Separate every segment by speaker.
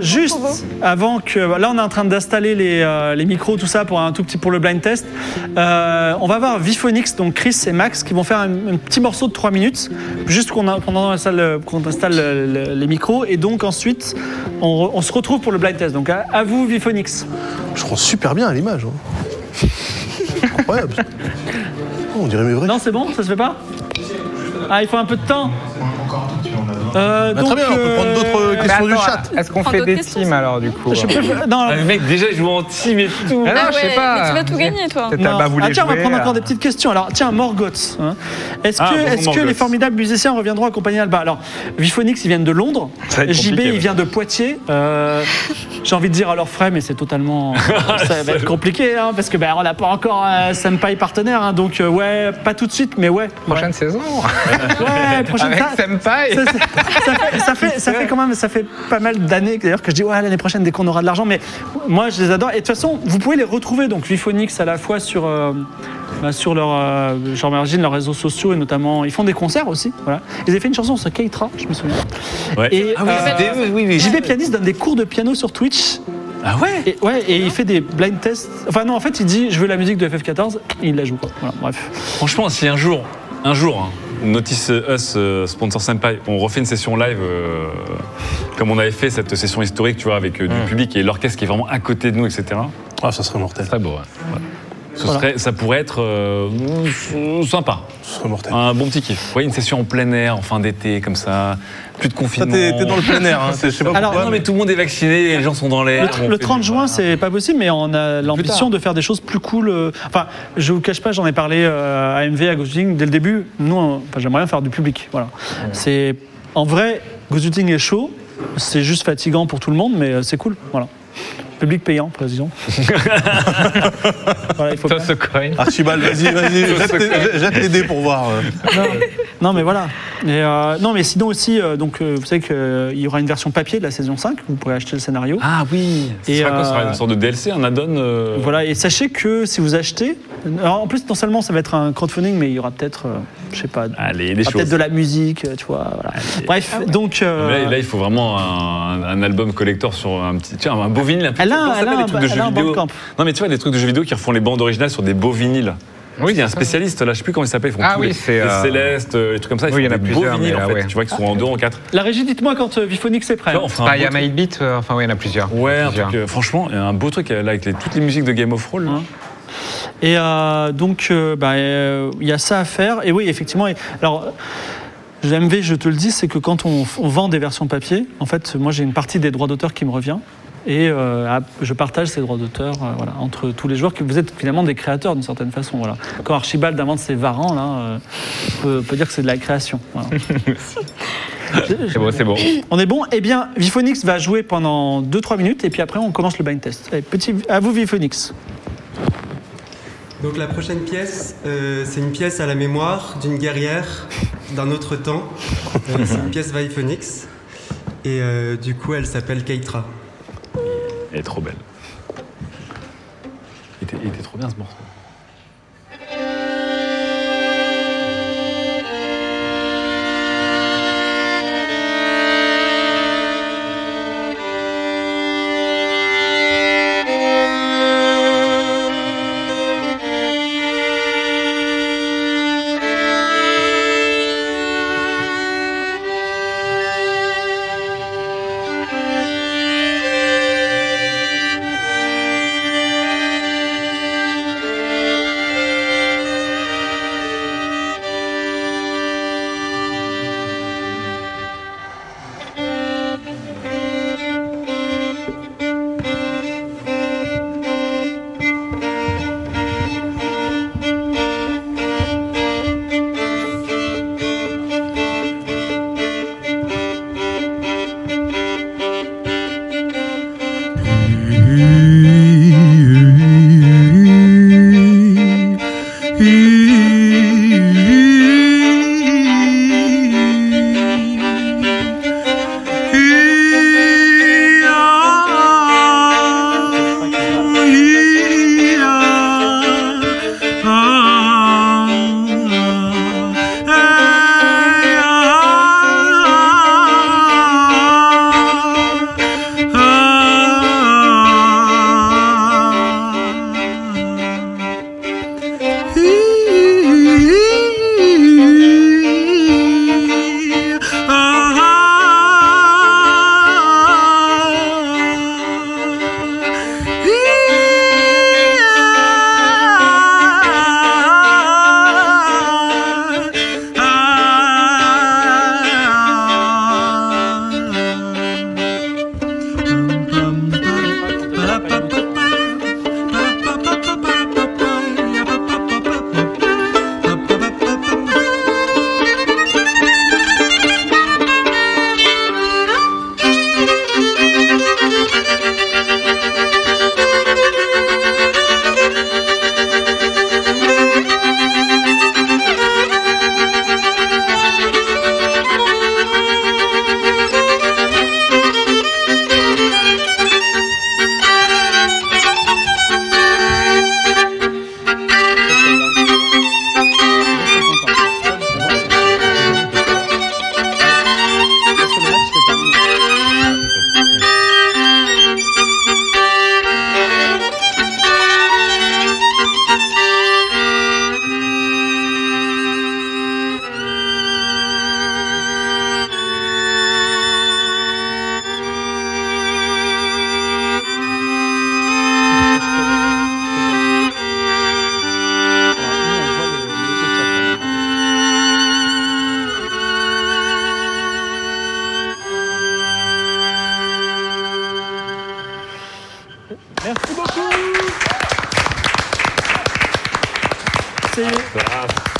Speaker 1: Juste avant que. Là, on est en train d'installer les, euh, les micros, tout ça, pour un tout petit pour le blind test. Euh, on va voir Viphonix, donc Chris et Max, qui vont faire un, un petit morceau de 3 minutes, juste qu'on a- pendant la salle, euh, qu'on installe le- le- les micros. Et donc, ensuite, on, re- on se retrouve pour le blind test. Donc, à, à vous, Viphonix.
Speaker 2: Je rends super bien à l'image. Hein. Incroyable. Oh, on dirait mes vrais.
Speaker 1: Non, c'est bon Ça se fait pas Ah, il faut un peu de temps Euh,
Speaker 2: Bah, très
Speaker 1: donc,
Speaker 2: bien, on peut prendre d'autres
Speaker 1: euh,
Speaker 3: Mais
Speaker 2: questions du
Speaker 3: attends,
Speaker 2: chat.
Speaker 3: Est-ce qu'on
Speaker 4: Prends
Speaker 3: fait
Speaker 4: d'autres
Speaker 3: des
Speaker 4: questions,
Speaker 3: teams
Speaker 4: ça.
Speaker 3: alors du coup
Speaker 1: je peux- euh, non,
Speaker 3: Ah,
Speaker 1: alors-
Speaker 3: Le mec, déjà, il joue en team et
Speaker 2: Eh
Speaker 3: tout.
Speaker 4: Ah
Speaker 3: non, je sais
Speaker 4: ouais,
Speaker 3: pas.
Speaker 4: mais tu vas tout gagner, toi.
Speaker 3: Peut-être
Speaker 1: Non.
Speaker 3: à vous
Speaker 1: Ah,
Speaker 3: les
Speaker 1: tiens, on va
Speaker 3: jouer,
Speaker 1: prendre
Speaker 3: euh.
Speaker 1: encore des petites questions. Alors, tiens, Morgoth. hein. Est-ce que,
Speaker 3: Ah, bonjour,
Speaker 1: est-ce que
Speaker 3: Morgoth.
Speaker 1: les formidables musiciens reviendront accompagnés d'Alba Alors, Viphonix, ils viennent de Londres.
Speaker 3: Ça va être
Speaker 1: JB,
Speaker 3: compliqué,
Speaker 1: il
Speaker 3: ouais.
Speaker 1: vient de Poitiers. Euh, J'ai envie de dire à leurs frais, mais c'est totalement. ça va être compliqué, hein, parce que ben, on n'a pas encore euh, Senpai partenaire. hein. donc, euh, ouais, pas tout de suite, mais ouais.
Speaker 3: Prochaine saison.
Speaker 1: Ouais, ouais, prochaine
Speaker 3: Avec
Speaker 1: ta-
Speaker 3: Senpai.
Speaker 1: ça, ça- ça fait, ça, fait, ça fait quand même ça fait pas mal d'années d'ailleurs que je dis ouais l'année prochaine dès qu'on aura de l'argent mais moi je les adore et de toute façon vous pouvez les retrouver donc Viphonix à la fois sur euh, bah, sur leur euh, j'imagine leurs réseaux sociaux et notamment ils font des concerts aussi voilà ils avaient fait une chanson sur Keitra je me souviens
Speaker 5: Ouais.
Speaker 1: et
Speaker 3: oui,
Speaker 1: euh,
Speaker 3: c'est des- oui, oui.
Speaker 1: JB Pianiste donne des cours de piano sur Twitch
Speaker 5: Ah ouais
Speaker 1: et, ouais, et il fait des blind tests. Enfin, non, en fait, il dit Je veux la musique de FF14 et il la joue. Voilà, bref.
Speaker 5: Franchement, si un jour, un jour, hein, Notice Us, euh, sponsor Senpai, on refait une session live euh, comme on avait fait cette session historique, tu vois, avec euh, du public et l'orchestre qui est vraiment à côté de nous, etc.
Speaker 2: Ah, ça serait mortel.
Speaker 3: Très beau.
Speaker 5: Ce
Speaker 1: Voilà.
Speaker 5: serait, ça pourrait être euh, sympa,
Speaker 2: Ça serait mortel.
Speaker 5: un bon petit kiff. Vous voyez, une session en plein air, en fin d'été, comme ça, plus de
Speaker 2: Ça,
Speaker 5: confinement.
Speaker 2: t'es t'es dans le plein air. Hein. c'est- Je sais pas
Speaker 1: Alors,
Speaker 2: pourquoi,
Speaker 5: Non, mais tout le monde est vacciné, les gens sont dans l'air. on
Speaker 1: Le, le
Speaker 5: fait
Speaker 1: 30
Speaker 5: du- hein.
Speaker 1: juin, c'est pas possible, mais on a l'ambition
Speaker 3: tard.
Speaker 1: de faire des choses plus cool. euh, Enfin, je vous cache pas, j'en ai parlé euh, à MV, à Gozuting dès le début. Nous, on- enfin, j'aimerais bien faire du public. Voilà. C'est en vrai, Gozuting est chaud. C'est juste fatigant pour tout le monde, mais euh, c'est cool. Voilà. Public payant, président. voilà, il faut
Speaker 3: Toi,
Speaker 1: pas-
Speaker 3: ce coin.
Speaker 2: Archibald, Ah, bah, vas-y, vas-y, jette tes- jette les dés pour voir. euh.
Speaker 1: Non, mais voilà. Et, euh, non, mais sinon aussi, euh, donc euh, vous savez qu'il y aura une version papier de la saison 5. Vous pourrez acheter le scénario.
Speaker 5: Ah oui
Speaker 1: Et,
Speaker 5: Ce sera quoi Ce sera
Speaker 1: euh,
Speaker 5: une sorte de DLC, un add-on euh,
Speaker 1: Voilà, et sachez que si vous achetez, alors en plus non seulement ça va être un crowdfunding, mais il y aura peut-être, euh, je sais pas,
Speaker 5: Allez,
Speaker 1: il
Speaker 5: des
Speaker 1: y aura
Speaker 5: choses. Ah
Speaker 1: peut-être de la musique, euh, tu vois. voilà. Bref, donc euh,
Speaker 5: Là, là, il faut vraiment un, un album collector sur un petit. Tiens, un beau vinyle. un petit-
Speaker 1: Elle a-
Speaker 5: comment ça
Speaker 1: elle a
Speaker 5: s'appelle,
Speaker 1: un
Speaker 5: les trucs
Speaker 1: ba-
Speaker 5: de
Speaker 1: elle
Speaker 5: jeux
Speaker 1: a un
Speaker 5: vidéo
Speaker 1: Bandcamp.
Speaker 5: Non, mais tu vois, les trucs de jeux vidéo qui refont les bandes originales sur des beaux vinyles.
Speaker 3: Oui,
Speaker 5: il y a un
Speaker 3: c'est ça.
Speaker 5: spécialiste, là, je sais plus comment il s'appelle. ils font
Speaker 3: Ah
Speaker 5: tous
Speaker 3: oui,
Speaker 5: les-
Speaker 3: c'est,
Speaker 5: les
Speaker 3: euh,
Speaker 5: Céleste, euh, les trucs comme ça. Ils
Speaker 3: oui, il y
Speaker 5: font
Speaker 3: en a
Speaker 5: des beaux
Speaker 3: plusieurs, mais
Speaker 5: vinyles, en
Speaker 3: là,
Speaker 5: fait.
Speaker 3: ouais.
Speaker 5: Tu vois, qui sont en deux, en quatre.
Speaker 1: la régie, dites-moi quand euh, Viphonix est prêt.
Speaker 5: Là, on fera
Speaker 3: Ah,
Speaker 5: un
Speaker 3: il y a
Speaker 5: beau
Speaker 3: My Beat, euh, enfin, oui, il y en a plusieurs.
Speaker 5: truc. Ouais, un
Speaker 3: Plusieurs.
Speaker 5: truc, euh, franchement, un beau truc euh, là avec les- toutes les musiques de Game of Thrones. là.
Speaker 1: Hein. Et euh, donc, euh, bah, euh, il y a ça à faire. Et oui, effectivement. et- alors, euh, JMV, je te le dis, c'est que quand on, on vend des versions papier, en fait, moi, j'ai une partie des droits d'auteur qui me revient. Et euh, à- je partage ces droits d'auteur euh, voilà, entre tous les joueurs. Que vous êtes finalement des créateurs d'une certaine façon. Voilà. Quand Archibald invente ses varans, là, euh, on, peut, on peut dire que c'est de la création. voilà.
Speaker 3: C'est beau, c'est beau.
Speaker 1: On est bon Eh bien, Viphonix va jouer pendant 2-3 minutes et puis après, on commence le bind test. Allez, petit, à vous, Viphonix.
Speaker 6: Donc la prochaine pièce, euh, c'est une pièce à la mémoire d'une guerrière d'un autre temps. Euh, c'est une pièce Phoenix. Et euh, du coup, elle s'appelle Keitra.
Speaker 5: Elle est trop belle. Il était, il était trop bien ce morceau.
Speaker 6: Thank
Speaker 7: ah, ah, ah. Uh-huh. Uh-huh.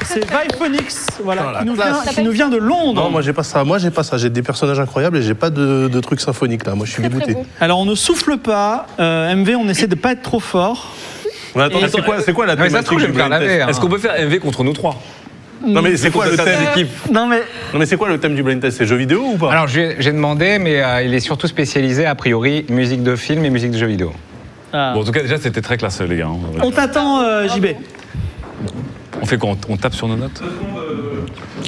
Speaker 1: C'est Viphonix, voilà,
Speaker 2: Voilà,
Speaker 1: qui, nous
Speaker 2: classe.
Speaker 1: vient, qui nous vient de Londres.
Speaker 2: Non, moi j'ai pas ça. Moi j'ai pas ça. J'ai des personnages incroyables et j'ai pas de, de trucs symphoniques là. Moi je suis
Speaker 4: Très très
Speaker 2: dégoûté.
Speaker 4: beau.
Speaker 1: Alors on ne souffle pas, euh, MV, on essaie de pas être trop fort.
Speaker 2: Mais attends,
Speaker 1: Et-
Speaker 2: c'est quoi, c'est quoi la
Speaker 3: Non, mais ça se
Speaker 2: thématique
Speaker 3: trouve, je vais
Speaker 2: du
Speaker 3: me faire
Speaker 2: blind test
Speaker 3: laver. hein.
Speaker 5: Est-ce qu'on peut faire MV contre nous trois
Speaker 2: Non mais c'est quoi le
Speaker 5: Contre
Speaker 2: thème
Speaker 5: cette équipe
Speaker 1: Non mais
Speaker 2: Non mais c'est quoi le thème du blind test C'est jeux vidéo ou pas
Speaker 3: Alors, j'ai j'ai demandé, mais euh, il est surtout spécialisé, a priori, musique de film et musique de jeux vidéo.
Speaker 1: Ah.
Speaker 5: Bon, en tout cas, déjà, c'était très classe, les gars. hein.
Speaker 1: on t'attend, euh, JB.
Speaker 5: On fait quoi on, on tape sur nos notes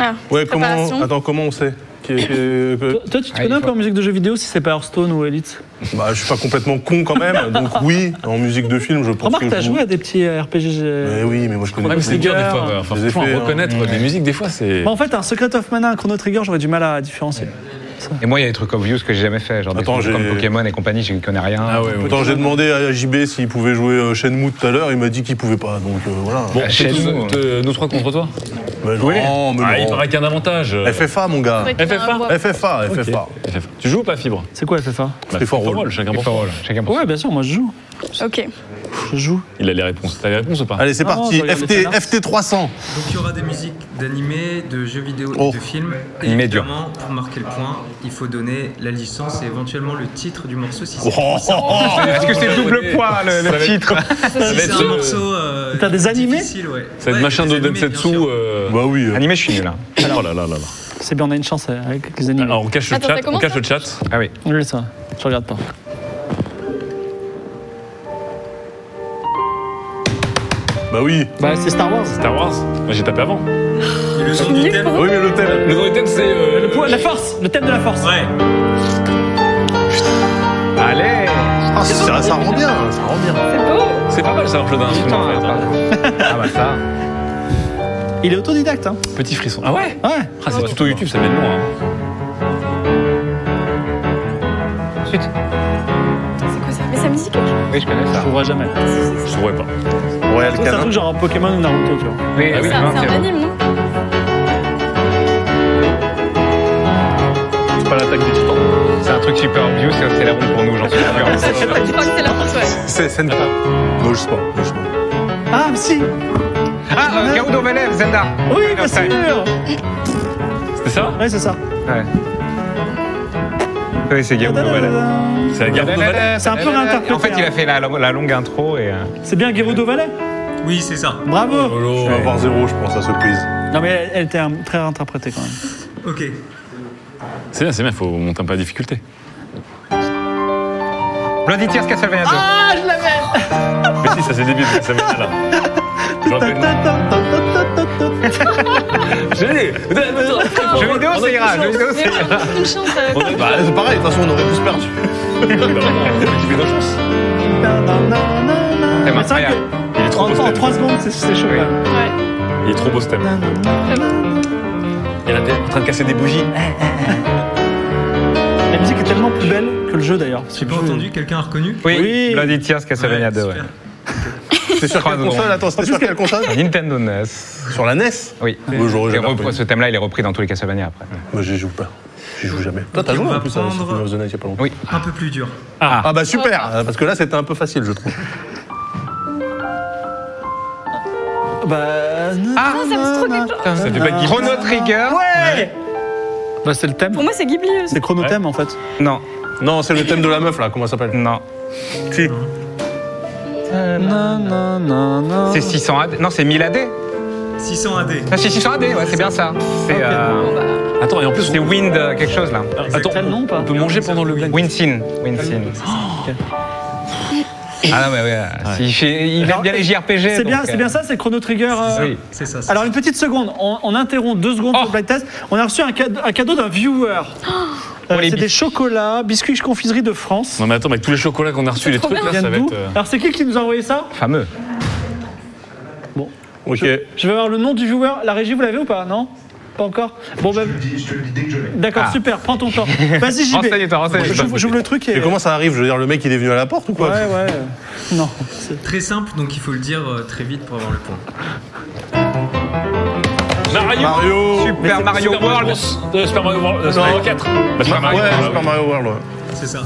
Speaker 4: Ah,
Speaker 2: Ouais, comment
Speaker 4: préparation.
Speaker 2: Attends, comment on sait qui est- qui est- que-
Speaker 1: Toi, toi, tu te
Speaker 3: Ah,
Speaker 1: connais
Speaker 3: il
Speaker 1: un peu
Speaker 3: faut-
Speaker 1: en musique de jeux vidéo si c'est pas Hearthstone ou Elite
Speaker 2: Bah, je suis pas complètement con quand même. Donc oui, en musique de film, je pense
Speaker 1: Remarque,
Speaker 2: que
Speaker 1: t'as
Speaker 2: je-
Speaker 1: joué à des petits euh, RPG.
Speaker 2: Mais
Speaker 1: euh,
Speaker 2: oui, mais moi je connais
Speaker 5: Même
Speaker 2: pas.
Speaker 5: c'est dur, des fois. euh, Enfin,
Speaker 2: Les
Speaker 5: franchement,
Speaker 2: effets,
Speaker 5: reconnaître des musiques, des fois, c'est.
Speaker 1: Bah, en fait, un Secret of Mana, un Chrono Trigger, j'aurais du mal à différencier.
Speaker 3: Et moi, il y a des trucs obvious que j'ai jamais fait, genre des
Speaker 2: Attends,
Speaker 3: trucs
Speaker 2: j'ai-
Speaker 3: comme Pokémon et compagnie, j'y connais rien.
Speaker 5: Ah ouais, ouais.
Speaker 2: Pourtant, j'ai demandé à JB s'il pouvait jouer euh, Shenmue tout à l'heure, il m'a dit qu'il pouvait pas, donc euh, voilà.
Speaker 5: Bon,
Speaker 3: Ah,
Speaker 5: c'est
Speaker 3: chez
Speaker 5: tous,
Speaker 3: nous.
Speaker 5: te- nous trois contre toi
Speaker 2: mais
Speaker 3: Oh,
Speaker 2: non, mais
Speaker 5: Ah, il
Speaker 2: non.
Speaker 5: paraît qu'il y a un avantage. euh,
Speaker 2: FFA, mon gars.
Speaker 4: faudrait qu'il y ait un
Speaker 5: FFA.
Speaker 4: bois.
Speaker 2: FFA,
Speaker 5: ok.
Speaker 2: FFA.
Speaker 5: FF. Tu joues ou pas, Fibre
Speaker 1: C'est quoi FFA
Speaker 5: Bah,
Speaker 2: fort
Speaker 5: FIFA
Speaker 2: rôle.
Speaker 5: roll, chacun pour
Speaker 3: FIFA
Speaker 5: soi.
Speaker 3: roll, chacun pour
Speaker 1: Ouais, bien sûr, moi je joue.
Speaker 4: Ok.
Speaker 1: Je joue.
Speaker 5: Il a les réponses. T'as les réponses ou pas
Speaker 2: Allez, c'est
Speaker 1: Non,
Speaker 2: parti.
Speaker 1: on peut regarder
Speaker 2: FT,
Speaker 1: ça là.
Speaker 2: FT300.
Speaker 6: Donc il y aura des musiques d'animés, de jeux vidéo
Speaker 2: Oh.
Speaker 6: et de films. Et
Speaker 3: Animé dur.
Speaker 6: évidemment, pour marquer le point, il faut donner la licence et éventuellement le titre du morceau si c'est
Speaker 2: Oh, oh, oh.
Speaker 3: Parce que c'est double poids, le,
Speaker 5: Ça va
Speaker 3: le
Speaker 5: être-
Speaker 3: titre.
Speaker 5: Ça
Speaker 6: Si
Speaker 5: va
Speaker 6: c'est
Speaker 5: être
Speaker 6: un
Speaker 5: euh,
Speaker 6: morceau. euh,
Speaker 1: T'as des animés
Speaker 6: difficile, ouais.
Speaker 5: ça va être
Speaker 6: Ouais,
Speaker 5: machin
Speaker 6: des
Speaker 5: de
Speaker 6: animés, bien
Speaker 5: Densetsu.
Speaker 6: sûr.
Speaker 5: euh,
Speaker 2: Bah oui. euh.
Speaker 3: Animé, je suis nul. hein.
Speaker 5: Oh là là là là.
Speaker 1: C'est bien, on a une chance euh, avec les animés.
Speaker 5: Alors, on cache le
Speaker 4: Attends,
Speaker 5: chat.
Speaker 4: ça
Speaker 5: On
Speaker 4: commence,
Speaker 5: cache
Speaker 4: ça
Speaker 5: le chat.
Speaker 3: Ah oui.
Speaker 1: Oui, ça, je regarde pas.
Speaker 2: Bah oui.
Speaker 1: Bah, c'est Star Wars.
Speaker 5: Star Wars Moi, j'ai tapé avant.
Speaker 6: Et Le son du thème.
Speaker 2: Oui, mais le thème.
Speaker 5: Le nom du thème, c'est. euh,
Speaker 1: Le poids- la force, le thème de la force.
Speaker 6: Ouais.
Speaker 3: Allez
Speaker 2: Ah, ça, ça rend bien, ça rend bien.
Speaker 4: C'est beau.
Speaker 5: C'est pas mal, ça, un jeu d'un instrument, en fait, hein.
Speaker 3: Ah bah ça.
Speaker 1: Il est autodidacte, hein.
Speaker 5: Petit frisson. Ah ouais
Speaker 1: Ouais.
Speaker 5: Ah, c'est tuto YouTube, ça vient de loin. hein.
Speaker 4: C'est quoi ça Mais ça me dit quelque chose.
Speaker 3: Oui, je connais
Speaker 1: Je
Speaker 3: ça.
Speaker 1: trouverai jamais.
Speaker 5: Je trouvais pas.
Speaker 2: Royal
Speaker 1: C'est un
Speaker 2: Canin.
Speaker 1: truc genre Pokémon ou Naruto, tu vois.
Speaker 3: Oui,
Speaker 5: Ah
Speaker 3: ah,
Speaker 5: oui,
Speaker 3: oui,
Speaker 4: C'est un c'est un
Speaker 3: non,
Speaker 4: anime, non
Speaker 2: C'est pas l'attaque des titans.
Speaker 3: c'est- c'est un truc super obvious, c'est c'est la route pour nous, j'en suis sûr.
Speaker 4: Je crois que c'est la France, ouais.
Speaker 2: C'est Senna. Non, je sais pas. je sais pas.
Speaker 1: Ah, mais si
Speaker 3: Ah, euh, Garudo Vélève, Zelda
Speaker 1: Oui, bien
Speaker 3: bien
Speaker 1: sûr
Speaker 5: C'était ça
Speaker 1: Ouais, c'est ça.
Speaker 3: Ouais. Oui, c'est Garudo Vélève.
Speaker 5: C'est la garde de
Speaker 1: C'est un peu réinterprété,
Speaker 3: En fait, il
Speaker 1: hein.
Speaker 3: a fait la, la longue intro et. euh,
Speaker 1: C'est bien Gerudo Valley
Speaker 6: Oui, c'est ça.
Speaker 1: Bravo
Speaker 2: Je
Speaker 5: Lolo.
Speaker 2: vais avoir zéro, je pense, à ce quiz.
Speaker 1: Non, mais elle, elle était un- très réinterprétée quand même.
Speaker 6: Ok.
Speaker 5: C'est bien, c'est bien, faut monter un peu la difficulté.
Speaker 3: Bloody Tears Castlevania 2.
Speaker 2: Ah,
Speaker 5: Mais si, ça c'est débile, ça vient de là. J'ai
Speaker 3: Jeux vidéo, ça ira. Jeux vidéo, ça
Speaker 4: Mais
Speaker 3: ira.
Speaker 4: ouais, on a aucune chance. euh,
Speaker 2: Bah, c'est pareil, de toute façon, on aurait tous perdu.
Speaker 1: Mais
Speaker 3: C'est
Speaker 1: c'est vrai
Speaker 3: incroyable.
Speaker 1: que
Speaker 5: Il est trop
Speaker 1: en,
Speaker 5: beau ce
Speaker 1: 3
Speaker 5: thème.
Speaker 1: secondes, c'est- c'est chaud.
Speaker 3: Oui.
Speaker 1: quand même.
Speaker 4: Ouais.
Speaker 5: Il est trop beau ce thème. Il est en train de casser des bougies.
Speaker 1: La musique est tellement plus belle que le jeu d'ailleurs.
Speaker 6: J'ai pas entendu, quelqu'un a reconnu
Speaker 3: Oui,
Speaker 1: Oui.
Speaker 3: Bloody Tears Castlevania 2, ouais.
Speaker 6: super.
Speaker 2: C'est sur
Speaker 3: Trois
Speaker 2: quelle
Speaker 3: secondes.
Speaker 2: console Attends, c'était sur quelle console
Speaker 3: Nintendo NES.
Speaker 2: Sur la NES
Speaker 3: Oui.
Speaker 2: Moi, j'aurais
Speaker 3: Et
Speaker 2: jamais
Speaker 3: repris-
Speaker 2: repris.
Speaker 3: ce thème-là, il est repris dans tous les Castlevania après.
Speaker 2: Moi, j'y joue pas. J'y joue jamais. Toi, t'as
Speaker 6: Ok,
Speaker 2: joué
Speaker 6: on
Speaker 2: en
Speaker 6: va
Speaker 2: plus à
Speaker 6: prendre-
Speaker 2: Symphony of the Night il y a pas longtemps.
Speaker 3: Oui.
Speaker 6: Un peu plus dur.
Speaker 2: E Ah bah super euh, Parce que là, c'était un peu facile, je trouve.
Speaker 1: Bah. non,
Speaker 3: Ah,
Speaker 1: non,
Speaker 4: ça me
Speaker 1: non,
Speaker 4: trouve
Speaker 1: non.
Speaker 4: quelque chose.
Speaker 5: Ça fait pas Guy.
Speaker 3: Chrono Trigger
Speaker 1: Ouais Bah, c'est le thème.
Speaker 4: Pour moi, c'est Ghibli aussi.
Speaker 1: C'est chronothème en fait.
Speaker 3: Non,
Speaker 2: Non, c'est le thème de la meuf, là. Comment ça s'appelle
Speaker 3: non.
Speaker 2: Si.
Speaker 1: Non, non, non, non.
Speaker 3: C'est 600 AD. Non, c'est 1000 AD.
Speaker 6: 600 AD.
Speaker 3: Ah, c'est 600 AD, ouais, c'est bien ça. C'est euh,
Speaker 5: Attends, et en plus,
Speaker 3: c'est Wind euh, quelque chose là.
Speaker 5: attends,
Speaker 1: C'est le nom ou pas
Speaker 5: on peut manger pendant le blind.
Speaker 3: Wind Sin. Wind Sin. Ah non, mais ouais. Il, fait- il aime bien les JRPG.
Speaker 1: C'est bien,
Speaker 3: donc,
Speaker 1: c'est bien ça, c'est Chrono Trigger. euh,
Speaker 3: Oui.
Speaker 7: Ah,
Speaker 6: C'est ça. c'est
Speaker 1: Alors une petite seconde, on, on interrompt deux secondes
Speaker 3: Oh.
Speaker 1: pour le blind test. On a reçu un cadeau, un cadeau d'un viewer. Euh,
Speaker 3: Oh, les
Speaker 1: c'est
Speaker 3: bis-
Speaker 1: des chocolats, biscuits confiserie de France.
Speaker 5: Non mais attends, mais tous les chocolats qu'on a reçus, les
Speaker 4: trop
Speaker 5: trucs là,
Speaker 1: Vient
Speaker 5: ça va
Speaker 1: de nous.
Speaker 5: être. euh,
Speaker 1: Alors c'est qui qui nous a envoyé ça
Speaker 3: Fameux.
Speaker 2: Ok.
Speaker 1: Je vais avoir le nom du viewer. La régie, vous l'avez ou pas Non Pas encore Bon ben... D'accord,
Speaker 3: Ah.
Speaker 1: super, prends ton temps. Vas-y JB.
Speaker 3: Renseigne-toi, renseigne-toi.
Speaker 1: J'ouvre j'ouvre le truc et...
Speaker 2: Et comment ça arrive Je veux dire, le mec, il est venu à la porte ou
Speaker 1: Ouais,
Speaker 2: quoi
Speaker 1: ouais. euh, Non. c'est-
Speaker 6: Très simple, donc il faut le dire euh, très vite pour avoir le point.
Speaker 3: Mario.
Speaker 2: Mario
Speaker 3: Super Mario World.
Speaker 5: Bros. Euh, Super Mario World. euh, Super Mario 4. Bah, Super
Speaker 2: Ouais,
Speaker 5: Mario World.
Speaker 2: Super Mario World. ouais.
Speaker 6: C'est ça.